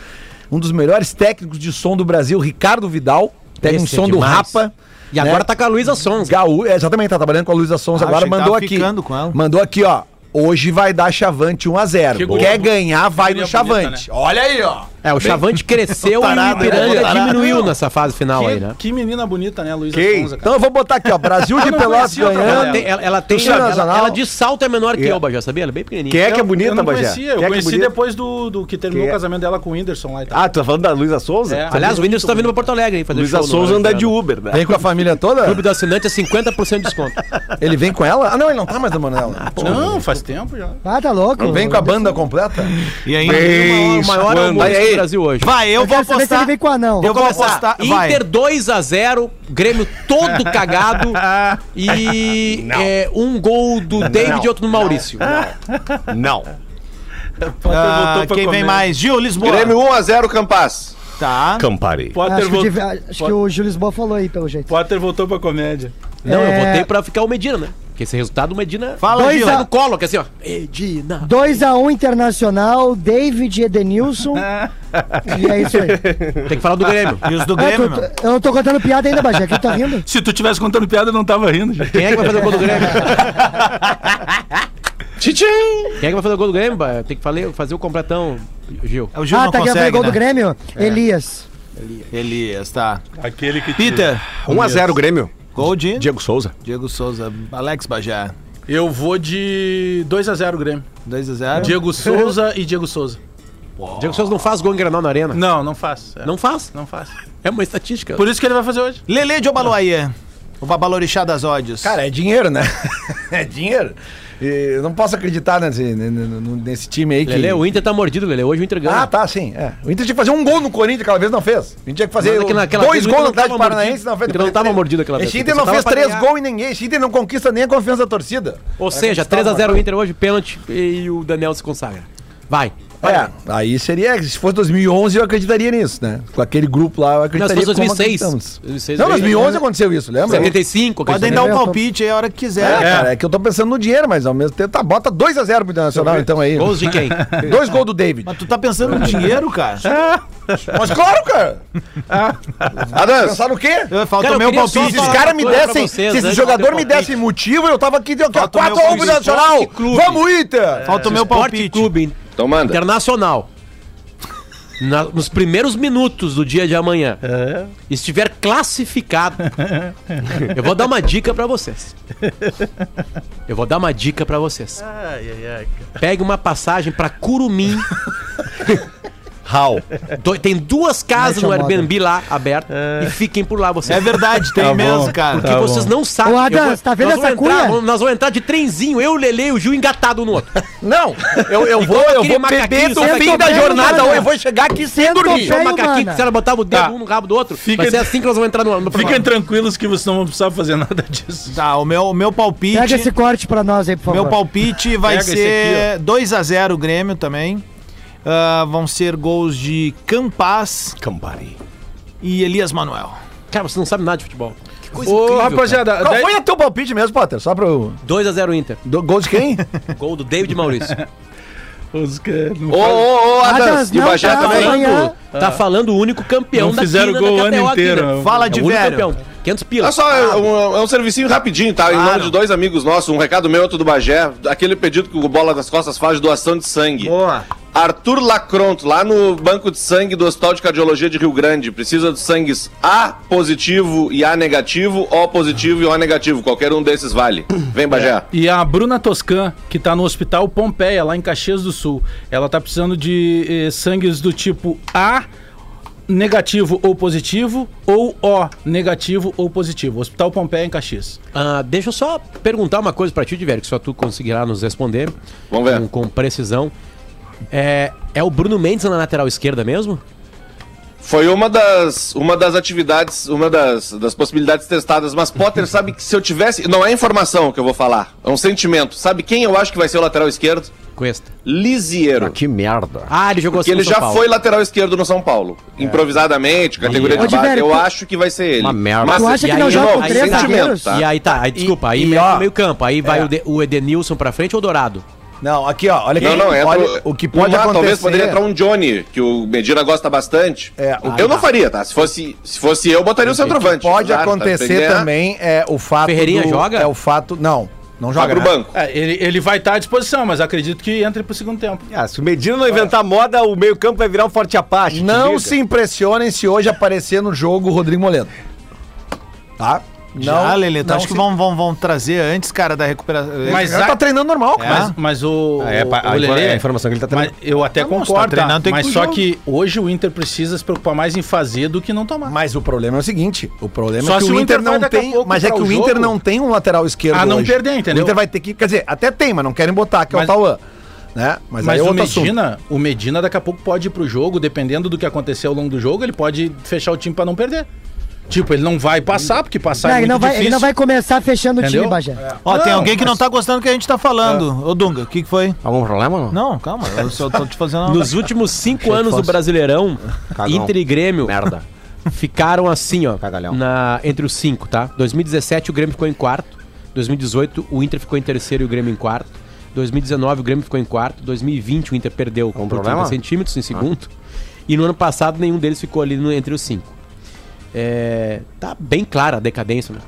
G: Um dos melhores técnicos de som do Brasil, Ricardo Vidal. Técnico de
J: Esse é
G: som do
J: demais.
G: Rapa. né?
J: E agora tá com a Luísa Sons.
G: Gaú, é, exatamente, tá trabalhando com a Luísa Sons
B: Ah,
G: agora,
B: achei que
G: mandou
B: tava
G: aqui.
B: ficando com ela.
G: Mandou aqui, ó. Hoje vai dar Chavante 1x0.
C: Que gol.
G: Quer ganhar, vai no
C: Guria
G: Chavante.
C: bonita, né?
G: Olha aí, ó.
J: É, o Chavante cresceu
G: Tarado,
J: e o Ipiranga
G: né? Tarado.
J: diminuiu nessa fase final aí,
C: Que,
J: né?
C: que menina bonita, né, Luísa
K: Quem?
C: Sonza,
G: Então eu vou botar aqui, ó. Brasil de
C: não
G: Pelotas
C: conhecia outra
G: ganhando.
J: Ela tem, ela, ela,
G: Do
J: tem,
G: Sul
J: ela,
G: Nacional.
J: ela de salto é menor que
K: Yeah.
J: eu, Bajá, sabia? Ela é bem pequenininha.
K: Quem é que é
C: Eu
K: bonita,
C: não
K: Bagé?
C: conhecia, eu
K: Quem é que é
C: conheci
K: bonita?
C: depois do, do que terminou
K: Quem é?
C: o casamento dela com o Whindersson lá e tal.
K: Ah, tu tá falando da Luísa Souza?
C: É.
J: Aliás, o Whindersson tá vindo pra Porto Alegre hein, fazer
K: Luísa
J: show. no
K: Souza
J: Rio
K: anda
J: Grande
K: de
J: do Sul.
K: Uber, né?
G: Vem com a família toda?
J: Clube do assinante é 50% de desconto.
G: Ele vem com ela? Ah, não, ele não tá mais na Manela.
C: Ah, Não, faz tempo já.
F: Ah, tá louco.
G: Vem com a banda completa?
B: E aí,
J: o maior almoço do Brasil hoje.
B: vai, eu,
F: Eu
B: vou
F: quero saber se ele
G: tá?
B: apostar.
F: vem com anão.
B: Eu vou
J: Começar.
B: apostar. Ah, Vai.
J: Inter 2x0, Grêmio todo cagado e é, um gol do David e outro do Maurício.
K: Não.
B: Ah, quem vem mais? Gil, Lisboa.
I: Grêmio 1x0 Campas.
B: Tá.
K: Campari.
F: Ah,
C: Potter,
F: Acho, que, o
C: vo-
F: Div- acho que o Júlio Lisboa falou aí, pelo jeito.
C: Potter voltou pra comédia.
J: Não,
F: É.
J: eu votei pra ficar o Medina, né? Porque esse resultado o Medina
B: Fala,
F: Dois
B: Gil.
J: sai no colo, que assim, ó. Medina.
F: 2x1 Internacional, David e Edenilson. e é isso aí.
J: Tem que falar do Grêmio.
B: E os do
F: Ah,
B: Grêmio,
F: tu-
B: meu?
F: eu não tô contando piada ainda, Bagé. Aqui tá rindo.
C: Se tu tivesse contando piada, eu não tava rindo. gente.
J: Quem é que vai fazer o gol do Grêmio?
I: Tchim!
J: Quem é que vai fazer o gol do Grêmio? Ba? Tem que fazer, fazer o completão, Gil.
B: O Gil
F: Ah,
B: não
F: tá aqui
B: consegue,
F: o gol
B: né?
F: do Grêmio.
G: É.
F: Elias.
B: Elias, tá.
C: Aquele que.
B: Peter,
K: 1x0 Grêmio.
B: gol de
K: Diego Souza.
B: Diego Souza, Alex Bajá,
C: Eu vou de 2x0 Grêmio.
B: 2x0.
C: Diego Souza e Diego Souza.
J: Diego Souza não faz gol em Granal na Arena.
C: Não, não faz. É,
J: Não faz.
C: não faz.
J: É uma estatística.
C: Por isso que ele vai fazer hoje.
B: Lele de Obaluaia, o babalorixá das ódios.
G: Cara, é dinheiro, né? é dinheiro. E eu não posso acreditar nesse, n- n- nesse time aí que.
J: Lele, o Inter tá mordido, Lele. Hoje o Inter ganha.
G: Ah, tá, sim. é. O Inter tinha que fazer um gol no Corinthians, aquela vez não fez. O Inter tinha que fazer
J: Mas é que naquela
G: dois
J: vez o
G: gols
J: Inter
G: no
J: não tava
G: Atlético Paranaense,
J: mordido.
G: não fez.
J: O Inter não tava mordido aquela vez.
G: Esse Inter
J: Só
G: não
J: tava
G: fez
J: pra
G: três
J: ganhar.
G: gols em ninguém. Esse Inter não conquista nem a confiança da torcida.
J: Ou seja, 3x0 o Inter hoje, pênalti e o Daniel se consagra. Vai.
G: É, aí seria. Se fosse 2011, eu acreditaria nisso, né? Com aquele grupo lá, eu
J: Não, se
G: acreditaria
J: fosse
G: como
J: 2006.
G: acreditamos.
J: 2006
G: Não,
J: veio,
G: 2011 aconteceu isso, lembra?
J: 75,
B: Podem
J: aquele
B: dar um
J: também.
B: palpite aí a hora que
G: É,
B: quiser.
G: cara, é que eu tô pensando no dinheiro, mas ao mesmo tempo, tá, bota 2x0 pro Internacional então aí.
J: Gols de quem?
G: Dois gols do David.
B: Mas tu tá pensando no dinheiro, cara?
G: Mas claro, cara.
I: Adans.
G: Pensar no quê?
B: Eu- Falta
J: Cara,
B: o
J: eu
B: meu
J: queria só
G: Se
B: palpite.
G: esses
J: falar-
G: caras me
J: Coisa pra
G: dessem,
J: vocês,
G: se
J: antes
G: esses
J: de
G: jogadores me
J: bater o palpite.
G: dessem motivo, eu tava aqui, deu Então, aqui, ó,
B: Falta o
G: 4
B: meu
D: um,
G: a 1 pro
B: clube,
G: Nacional.
J: Esporte Clube.
G: Vamos, Inter!
B: Falta o meu
J: Esporte
B: palpite.
J: Clube
I: Então manda.
J: Internacional. Na- nos primeiros minutos do dia de amanhã,
B: É.
J: estiver classificado, eu vou dar uma dica pra vocês. Eu vou dar uma dica pra vocês. Pegue uma passagem pra Curumim, How. Do- tem duas casas no Airbnb lá, aberta, e fiquem por lá vocês.
B: É verdade, tem Tá bom, mesmo, cara.
J: Porque
B: tá bom.
J: vocês não sabem.
B: Ô, Adams,
J: Eu vou-
B: tá vendo
J: nós vamos
B: essa
J: entrar,
B: cuia?
J: vamos- Nós vamos entrar de trenzinho, eu, o Lele e o Gil engatado um no outro.
D: Não, eu, eu
J: E como
D: vou, eu
J: aquele
D: vou beber
J: macaquinho é?
D: do
J: senta
D: fim
J: aqui,
D: da
J: velho,
D: jornada,
J: mano.
D: ou eu vou chegar aqui sem
J: Senta o
D: dormir.
J: pé, O é um macaquinho que se ela botava o dedo um no rabo do outro,
C: Tá. Fica-
J: vai ser assim que nós vamos entrar no... no
C: Fiquem tranquilos que vocês não vão precisar fazer nada disso.
B: Tá, o meu, o meu palpite.
F: Pega esse corte pra nós aí, por favor.
B: Meu palpite vai
F: Pega esse
B: ser 2x0 o Grêmio também. Ah, vão ser gols de Campas.
K: Campari.
B: E Elias Manuel.
J: Cara, você não sabe nada de futebol. Que
B: coisa incrível, cara.
D: Qual foi o teu palpite mesmo, Potter? Só pro...
J: 2x0 Inter.
D: Do, gol de quem?
J: Gol do David Maurício.
C: Os caras não
J: Ô, ô, ô, Adams, Adams, e o não, Bajá tá, também? amanhã. Tá falando o único campeão
C: não fizeram
J: da
C: gol o
J: da
C: ano
J: KTO aqui,
C: inteiro.
J: né?
C: Fala
J: É
C: de
J: o único
C: velho.
J: 500 pila.
I: É só é um, é um servicinho rapidinho, tá? Em nome de dois amigos nossos, um recado meu, outro do Bagé. Aquele pedido que o Bola das Costas faz de doação de sangue.
B: Boa.
I: Arthur Lacronto, lá no banco de sangue do Hospital de Cardiologia de Rio Grande, precisa de sangues A positivo e A negativo, O positivo e O negativo. Qualquer um desses vale. Vem, Bagé.
C: E a Bruna Toscan, que tá no Hospital Pompeia, lá em Caxias do Sul, ela tá precisando de eh, sangues do tipo A negativo ou positivo, ou O negativo ou positivo. Hospital Pompeia em Caxias.
J: Ah, deixa eu só perguntar uma coisa pra ti, Diverio, que só tu conseguirá nos responder.
I: Vamos ver.
J: Com, com precisão. É, é o Bruno Mendes na lateral esquerda mesmo?
I: Foi uma das, uma das atividades, uma das, das possibilidades testadas, mas Potter sabe que se eu tivesse. Não é informação que eu vou falar, é um sentimento. Sabe quem eu acho que vai ser o lateral esquerdo?
J: Cuesta.
I: Lisiero.
E: que merda.
J: Ah, ele jogou
I: Porque ele
J: no São
I: já
J: Paulo.
I: foi lateral esquerdo no São Paulo.
D: É.
I: Improvisadamente, categoria
J: Ô,
I: de base.
J: Diverio,
I: Eu
J: tu-
I: acho que vai ser ele.
J: Uma merda.
I: Mas,
J: E
I: e
J: aí,
I: aí, de
J: ó,
I: novo,
J: aí tá.
I: sentimento, tá?
J: E aí tá, aí desculpa, aí
D: e,
J: mete
D: ó,
J: no meio campo, aí vai
D: é.
J: o, De- o Edenilson pra frente ou Dourado?
D: Não, aqui, ó, olha aqui.
I: Não, não, entra,
D: olha o que pode
I: Ah,
D: acontecer.
I: Talvez poderia entrar um Johnny, que o Medina gosta bastante.
D: É,
I: eu
D: aí
I: não
D: tá.
I: faria, tá? Se fosse, se fosse eu, botaria o centroavante.
D: Pode
I: Claro, tá?
D: acontecer
I: Depender-
D: também é o fato
I: Ferreirinha
D: do-
I: joga?
D: É o fato... Não, não joga.
I: Vai pro
D: né?
I: banco.
C: É, ele, ele vai estar à disposição, mas acredito que entre pro segundo tempo.
K: Ah, se o Medina não inventar moda, o meio-campo vai virar um forte Apache.
D: Não se impressionem se hoje aparecer no jogo o Rodrigo Moledo. Tá? Não,
B: Já, Lelê, tu
D: não
B: acho que
D: se-
B: vão, vão, vão trazer antes, cara, da recuperação.
C: Mas
B: Ele
C: a-
B: tá
D: treinando normal,
B: cara.
C: Mas, mas o.
K: Ah, é, pa- a
C: o
K: infor- é a informação que ele tá
C: mas
K: treinando.
C: Eu até
B: Não, se tá
C: concordo, tá?
B: treinando, tem que
C: mas
B: ir pro
C: só
B: jogo.
C: que hoje o Inter precisa se preocupar mais em fazer do que não tomar.
D: Mas o problema é o seguinte, o problema
C: Só
D: é que
C: se
D: o
C: o
D: Inter,
C: Inter vai
D: não
C: daqui a
D: tem,
C: pouco
D: mas é
C: pra
D: que
C: o
D: o
C: jogo.
D: Inter não tem um lateral esquerdo
C: Ah, não
D: hoje.
C: perder, entendeu?
D: O Inter vai ter que, quer dizer, até tem, mas não querem botar, que é
C: Mas-
D: o Tauan, né? Mas,
C: Mas,
D: aí é
C: o
D: outro assunto.
C: Medina, o Medina daqui a pouco pode ir pro jogo, dependendo do que acontecer ao longo do jogo, ele pode fechar o time pra não perder. Tipo, ele não vai passar, porque passar
F: Não,
C: é
F: ele,
C: muito
F: não vai,
C: difícil.
F: ele não vai começar fechando o
C: Entendeu? É,
F: time, Bajé.
B: Ó, tem
C: Não,
B: alguém que não
C: mas-
B: tá gostando do que a gente tá
D: É.
B: falando. Ô, Dunga, o que, que foi?
E: Algum problema ou não?
B: Não, calma, eu só tô te fazendo uma...
J: Nos últimos cinco anos do Brasileirão,
E: Cagão.
J: Inter e Grêmio
E: Merda.
J: ficaram assim, ó.
E: Cagalhão.
J: Na, entre os cinco, tá? 2017 o Grêmio ficou em quarto. 2018 o Inter ficou em terceiro e o Grêmio em quarto. 2019 o Grêmio ficou em quarto. 2020 o Inter perdeu por
E: problema?
J: centímetros em segundo. E no ano passado nenhum deles ficou ali no- entre os cinco. É, tá bem clara a decadência, né?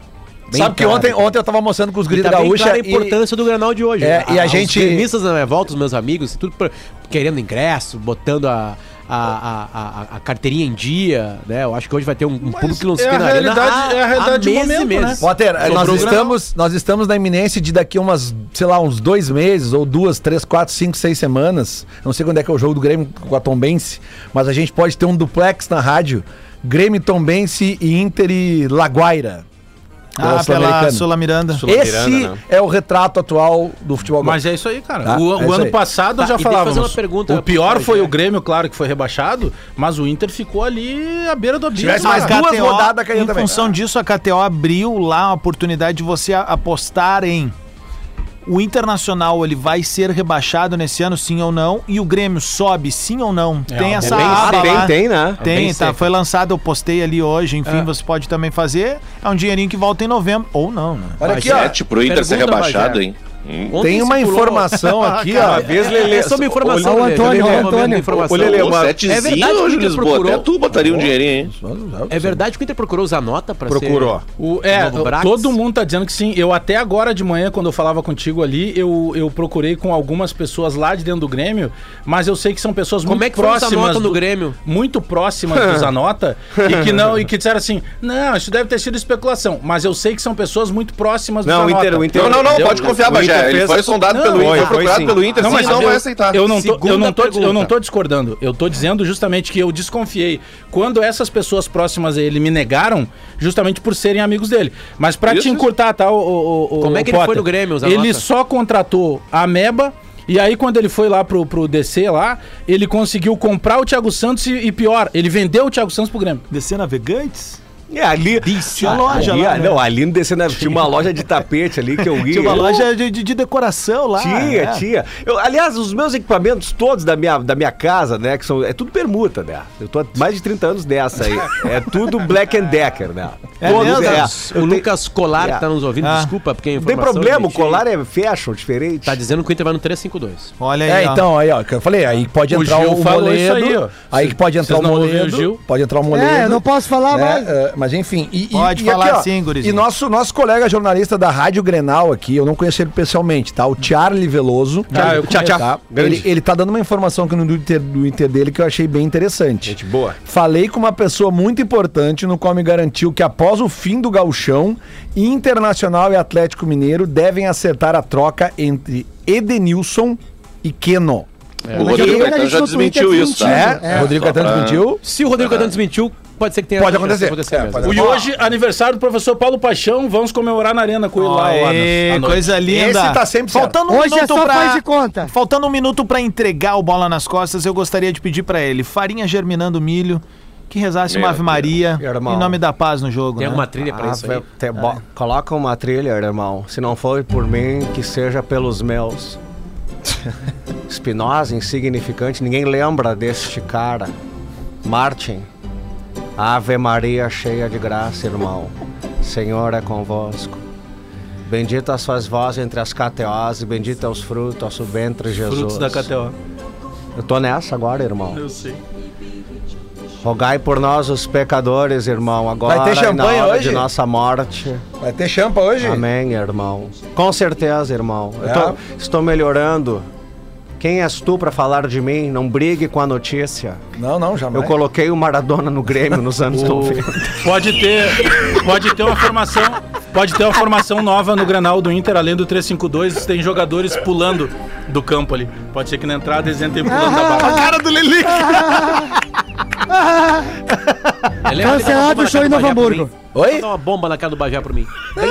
J: Bem
D: Sabe que
J: clara.
D: ontem, ontem eu tava mostrando com os
J: E
D: gritos
J: tá bem
D: gaúcha
J: clara a importância do Granal de hoje.
D: É, e a gente-
J: Os gremistas na minha né, volta, os meus amigos, tudo pra- querendo ingresso, botando a, a, a, a- a carteirinha em dia, né? Eu acho que hoje vai ter um, um público que não se
C: é
J: vê
C: a
J: na arena
C: realidade-
J: há-
C: é a realidade
J: há
C: do
J: meses e
C: momento,
J: meses.
C: né?
D: Potter, eh,
C: Sobrou
D: nós
C: o Granal.
D: estamos, nós estamos na iminência de daqui umas, sei lá, uns dois meses, ou duas, três, quatro, cinco, seis semanas. Não sei quando é que é o jogo do Grêmio com a Tombense, mas a gente pode ter um duplex na rádio. Grêmio Tombense e Inter e Laguaira.
B: Ah, pela
D: Sul-Americana.
B: Sula Miranda.
D: Esse é o retrato atual do futebol.
C: Mas é isso aí, cara.
D: Tá,
C: o
D: é
C: o
D: isso
C: ano
D: aí.
C: passado
J: Tá, e
C: já
J: deixa eu fazer
C: falávamos.
J: uma pergunta
C: o pior
J: pro
C: foi
J: Bagé.
C: o Grêmio, claro, que foi rebaixado, mas o Inter ficou ali à beira do abismo.
D: Tivesse mais
C: cara.
D: duas rodadas caiu
B: Em
D: também.
B: função disso, a KTO abriu lá a oportunidade de você a- apostar em o Internacional, ele vai ser rebaixado nesse ano, sim ou não, e o Grêmio sobe, sim ou não. tem essa
E: É, bem
D: Ah,
B: aba
E: seca.
B: lá.
E: Tem, tem, né?
B: Tem,
E: Bem É.
B: tá,
E: seca.
B: foi lançado, eu postei ali hoje, enfim, você pode também fazer. É um dinherinho que volta em novembro, ou não, né?
D: Olha aqui,
G: É,
D: ó.
I: Sete pro É, tipo, Inter ser
J: Pergunta,
I: rebaixado,
J: Bagé.
I: hein? Hum.
J: Ontem
D: Tem
J: se
D: uma
J: pulou-
D: informação aqui, ó.
J: É, é, é sobre informação,
F: Olha o
J: Lelê,
F: Antônio,
J: também
F: olha o
J: é uma
F: Antônio.
J: informação.
I: Ô, Lelê,
J: Ô,
I: mas-
J: é verdade
I: setezinho
J: que o
I: hoje,
J: Inter
I: Lisboa.
J: procurou.
I: Até tu botaria um dinheirinho, hein?
J: É verdade que o Inter procurou usar nota pra
K: Procurou.
J: ser...
C: O, é,
J: Novo Brax?
C: todo mundo tá dizendo que sim. Eu até agora de manhã, quando eu falava contigo ali, eu, eu procurei com algumas pessoas lá de dentro do Grêmio, mas eu sei que são pessoas
J: Como
C: muito
J: é que foi essa
C: próximas.
J: nota no
C: do-
J: Grêmio?
C: Muito próximas do Zanota e que não, e que disseram assim: não, isso deve ter sido especulação. Mas eu sei que são pessoas muito próximas
K: Não, o Inter- o Inter-
I: Não, não, não, pode confiar,
D: fez-
I: Bagé. Inter ele foi sondado
C: Não,
I: pelo Inter, foi
C: foi
I: procurado
C: sim.
I: pelo Inter,
C: Não,
I: não,
C: mas
I: não
C: eu-
I: vai aceitar.
C: Eu não, tô, eu, não tô,
I: Segunda
C: eu não tô
I: pergunta.
C: discordando. Eu tô dizendo justamente que eu desconfiei. Quando essas pessoas próximas a ele me negaram, justamente por serem amigos dele. Mas pra
J: Isso,
C: te
J: isso.
C: encurtar, tá, o,
J: Como é que ele foi no Grêmio, Zanota?
C: Ele só contratou a Meba. E aí, quando ele foi lá pro, pro DC lá, ele conseguiu comprar o Thiago Santos e, e pior, ele vendeu o Thiago Santos pro Grêmio.
B: DC Navegantes?
D: É, ali.
B: Tinha loja
D: ali,
B: lá,
D: ah,
B: né?
D: Não, ali no DC Tinha uma loja de tapete ali que eu ia.
B: Tinha uma loja de, de- de decoração lá.
G: é.
D: Tinha,
B: né?
D: tinha. Eu, aliás, os meus equipamentos todos da minha, da minha casa, né? Que são, é tudo permuta, né? Eu tô há mais de 30 anos nessa aí. É tudo Black and Decker, né?
J: É mesmo? O Lucas Colar
D: é.
J: que tá nos ouvindo,
D: Ah.
J: desculpa, porque a
D: Não tem
J: informação
D: problema, o
J: direitinho.
D: colar é fashion, diferente.
J: Tá dizendo que o Inter vai no 352.
B: Olha
G: É, então, aí, ó, que eu falei, aí pode
J: O
G: entrar
J: Gil
G: o
J: falou
G: Moledo,
J: isso aí, ó.
G: aí, que pode entrar
B: um
J: Vocês
G: o
J: não ouviram o
G: Moledo,
J: Gil?
G: pode entrar o Moledo.
K: É, eu não posso falar mais.
G: é, mas enfim, e, e-
B: Pode
G: e
B: falar
G: aqui, ó,
B: sim, gurizinho.
G: E nosso, nosso colega jornalista da Rádio Grenal aqui, eu não conheço ele pessoalmente, tá? O Charlie Veloso.
D: Ah, eu conheço.
G: Tá?
D: Grande.
G: Ele, ele tá dando uma informação aqui no Twitter do Inter dele que eu achei bem interessante.
D: Gente boa.
G: Falei com uma pessoa muito importante no qual me garantiu que após o fim do gauchão, Internacional e Atlético Mineiro devem acertar a troca entre Edenilson e Keno.
I: O Rodrigo Caetano já desmentiu isso, tá?
G: É? Rodrigo Caetano desmentiu?
J: Se o Rodrigo Caetano desmentiu, pode ser que tenha
G: Pode
J: chance de
G: acontecer. É,
J: mesmo.
G: pode
C: E hoje, aniversário do professor Paulo Paixão, vamos comemorar na arena com ele lá.
B: Aê,
C: o Anas, à noite.
B: coisa linda.
G: Esse tá sempre certo.
B: Faltando um
K: Hoje é
B: minuto
K: só
B: pra...
K: faz de conta.
B: Faltando um minuto pra entregar o bola nas costas, eu gostaria de pedir pra ele, farinha germinando milho, que rezasse
I: Meu
B: uma Ave Maria
D: Deus. Irmão.
B: em nome da paz no jogo,
J: Tem
B: né?
J: alguma
G: Ah,
J: trilha pra isso aí?
D: Coloca uma trilha, irmão. Se não for por mim, que seja pelos meus. Spinoza, insignificante, ninguém lembra deste cara. Martin, Ave Maria, cheia de graça, irmão. Senhor é convosco. Bendita as suas vozes entre as cateós e bendita é os frutos, nosso ventre, Jesus.
C: Frutos da KTO.
D: Eu tô nessa agora, irmão.
C: Eu sei.
D: Rogai por nós, os pecadores, irmão, agora
G: Vai ter
D: e na
G: champanhe
D: hora
G: hoje?
D: de nossa morte.
G: Vai ter champa hoje?
D: Amém, irmão. Com certeza, irmão. Eu
G: É.
D: tô- estou melhorando. Quem és tu para falar de mim? Não brigue com a notícia.
G: Não, não, jamais.
D: Eu coloquei o Maradona no Grêmio nos anos 90.
C: Pode ter, pode ter uma formação, pode ter uma formação nova no Granal do Inter, além do 352, tem jogadores pulando do campo ali. Pode ser que na entrada eles entrem pulando da barra.
G: cara do Lelique!
J: Ele lembra que ele
K: Cancelado
J: botou uma
K: o show em
J: na cara do
K: Novo
J: Bagé
K: Hamburgo.
J: pra mim?
G: Oi?
J: Bota uma bomba na cara do Bajá pra mim.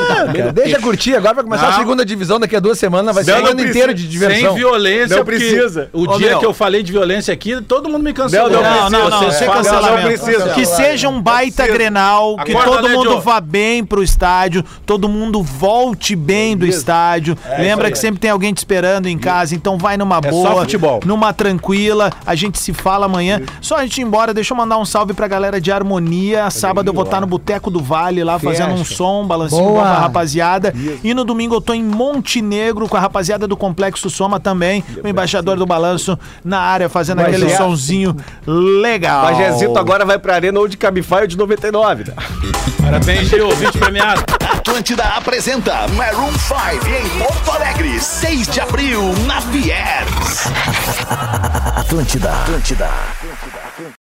G: Cara, deixa curtir, agora vai começar a segunda divisão, daqui a duas semanas vai ser
C: Não,
G: um
C: não
G: ano
C: precisa-
G: inteiro de diversão.
C: Sem violência,
D: Não
C: porque
D: precisa.
C: O
B: Ô,
C: dia
B: meu.
C: que eu falei de violência aqui, todo mundo me cancelou.
D: Não, não,
C: Vocês
B: não, não,
C: fazem-
B: sem cancelamento.
D: não precisa.
B: Que seja um baita grenal, que
C: Acorda,
B: todo
C: né,
B: mundo
C: Diogo?
B: vá bem pro estádio, todo mundo volte bem do estádio. Lembra que sempre tem alguém te esperando em casa, então vai numa boa,
D: futebol.
B: numa tranquila. A gente se fala amanhã. Só a gente ir embora, deixa eu mandar um salve pra galera de Harmonia. Sábado eu vou estar no Boteco do Vale lá fazendo um som, balancinho bom
K: Boa.
B: pra rapaziada. E no domingo eu tô em Montenegro com a rapaziada do Complexo Soma também, o embaixador do balanço na área fazendo aquele
D: é.
B: somzinho legal.
D: Pajezito agora vai pra Arena ou de Cabify ou de 99. né?
C: Parabéns, Gil, vídeo premiado.
N: Atlântida apresenta Maroon 5 em Porto Alegre, 6 de abril, na Fiers. Atlântida, Atlântida.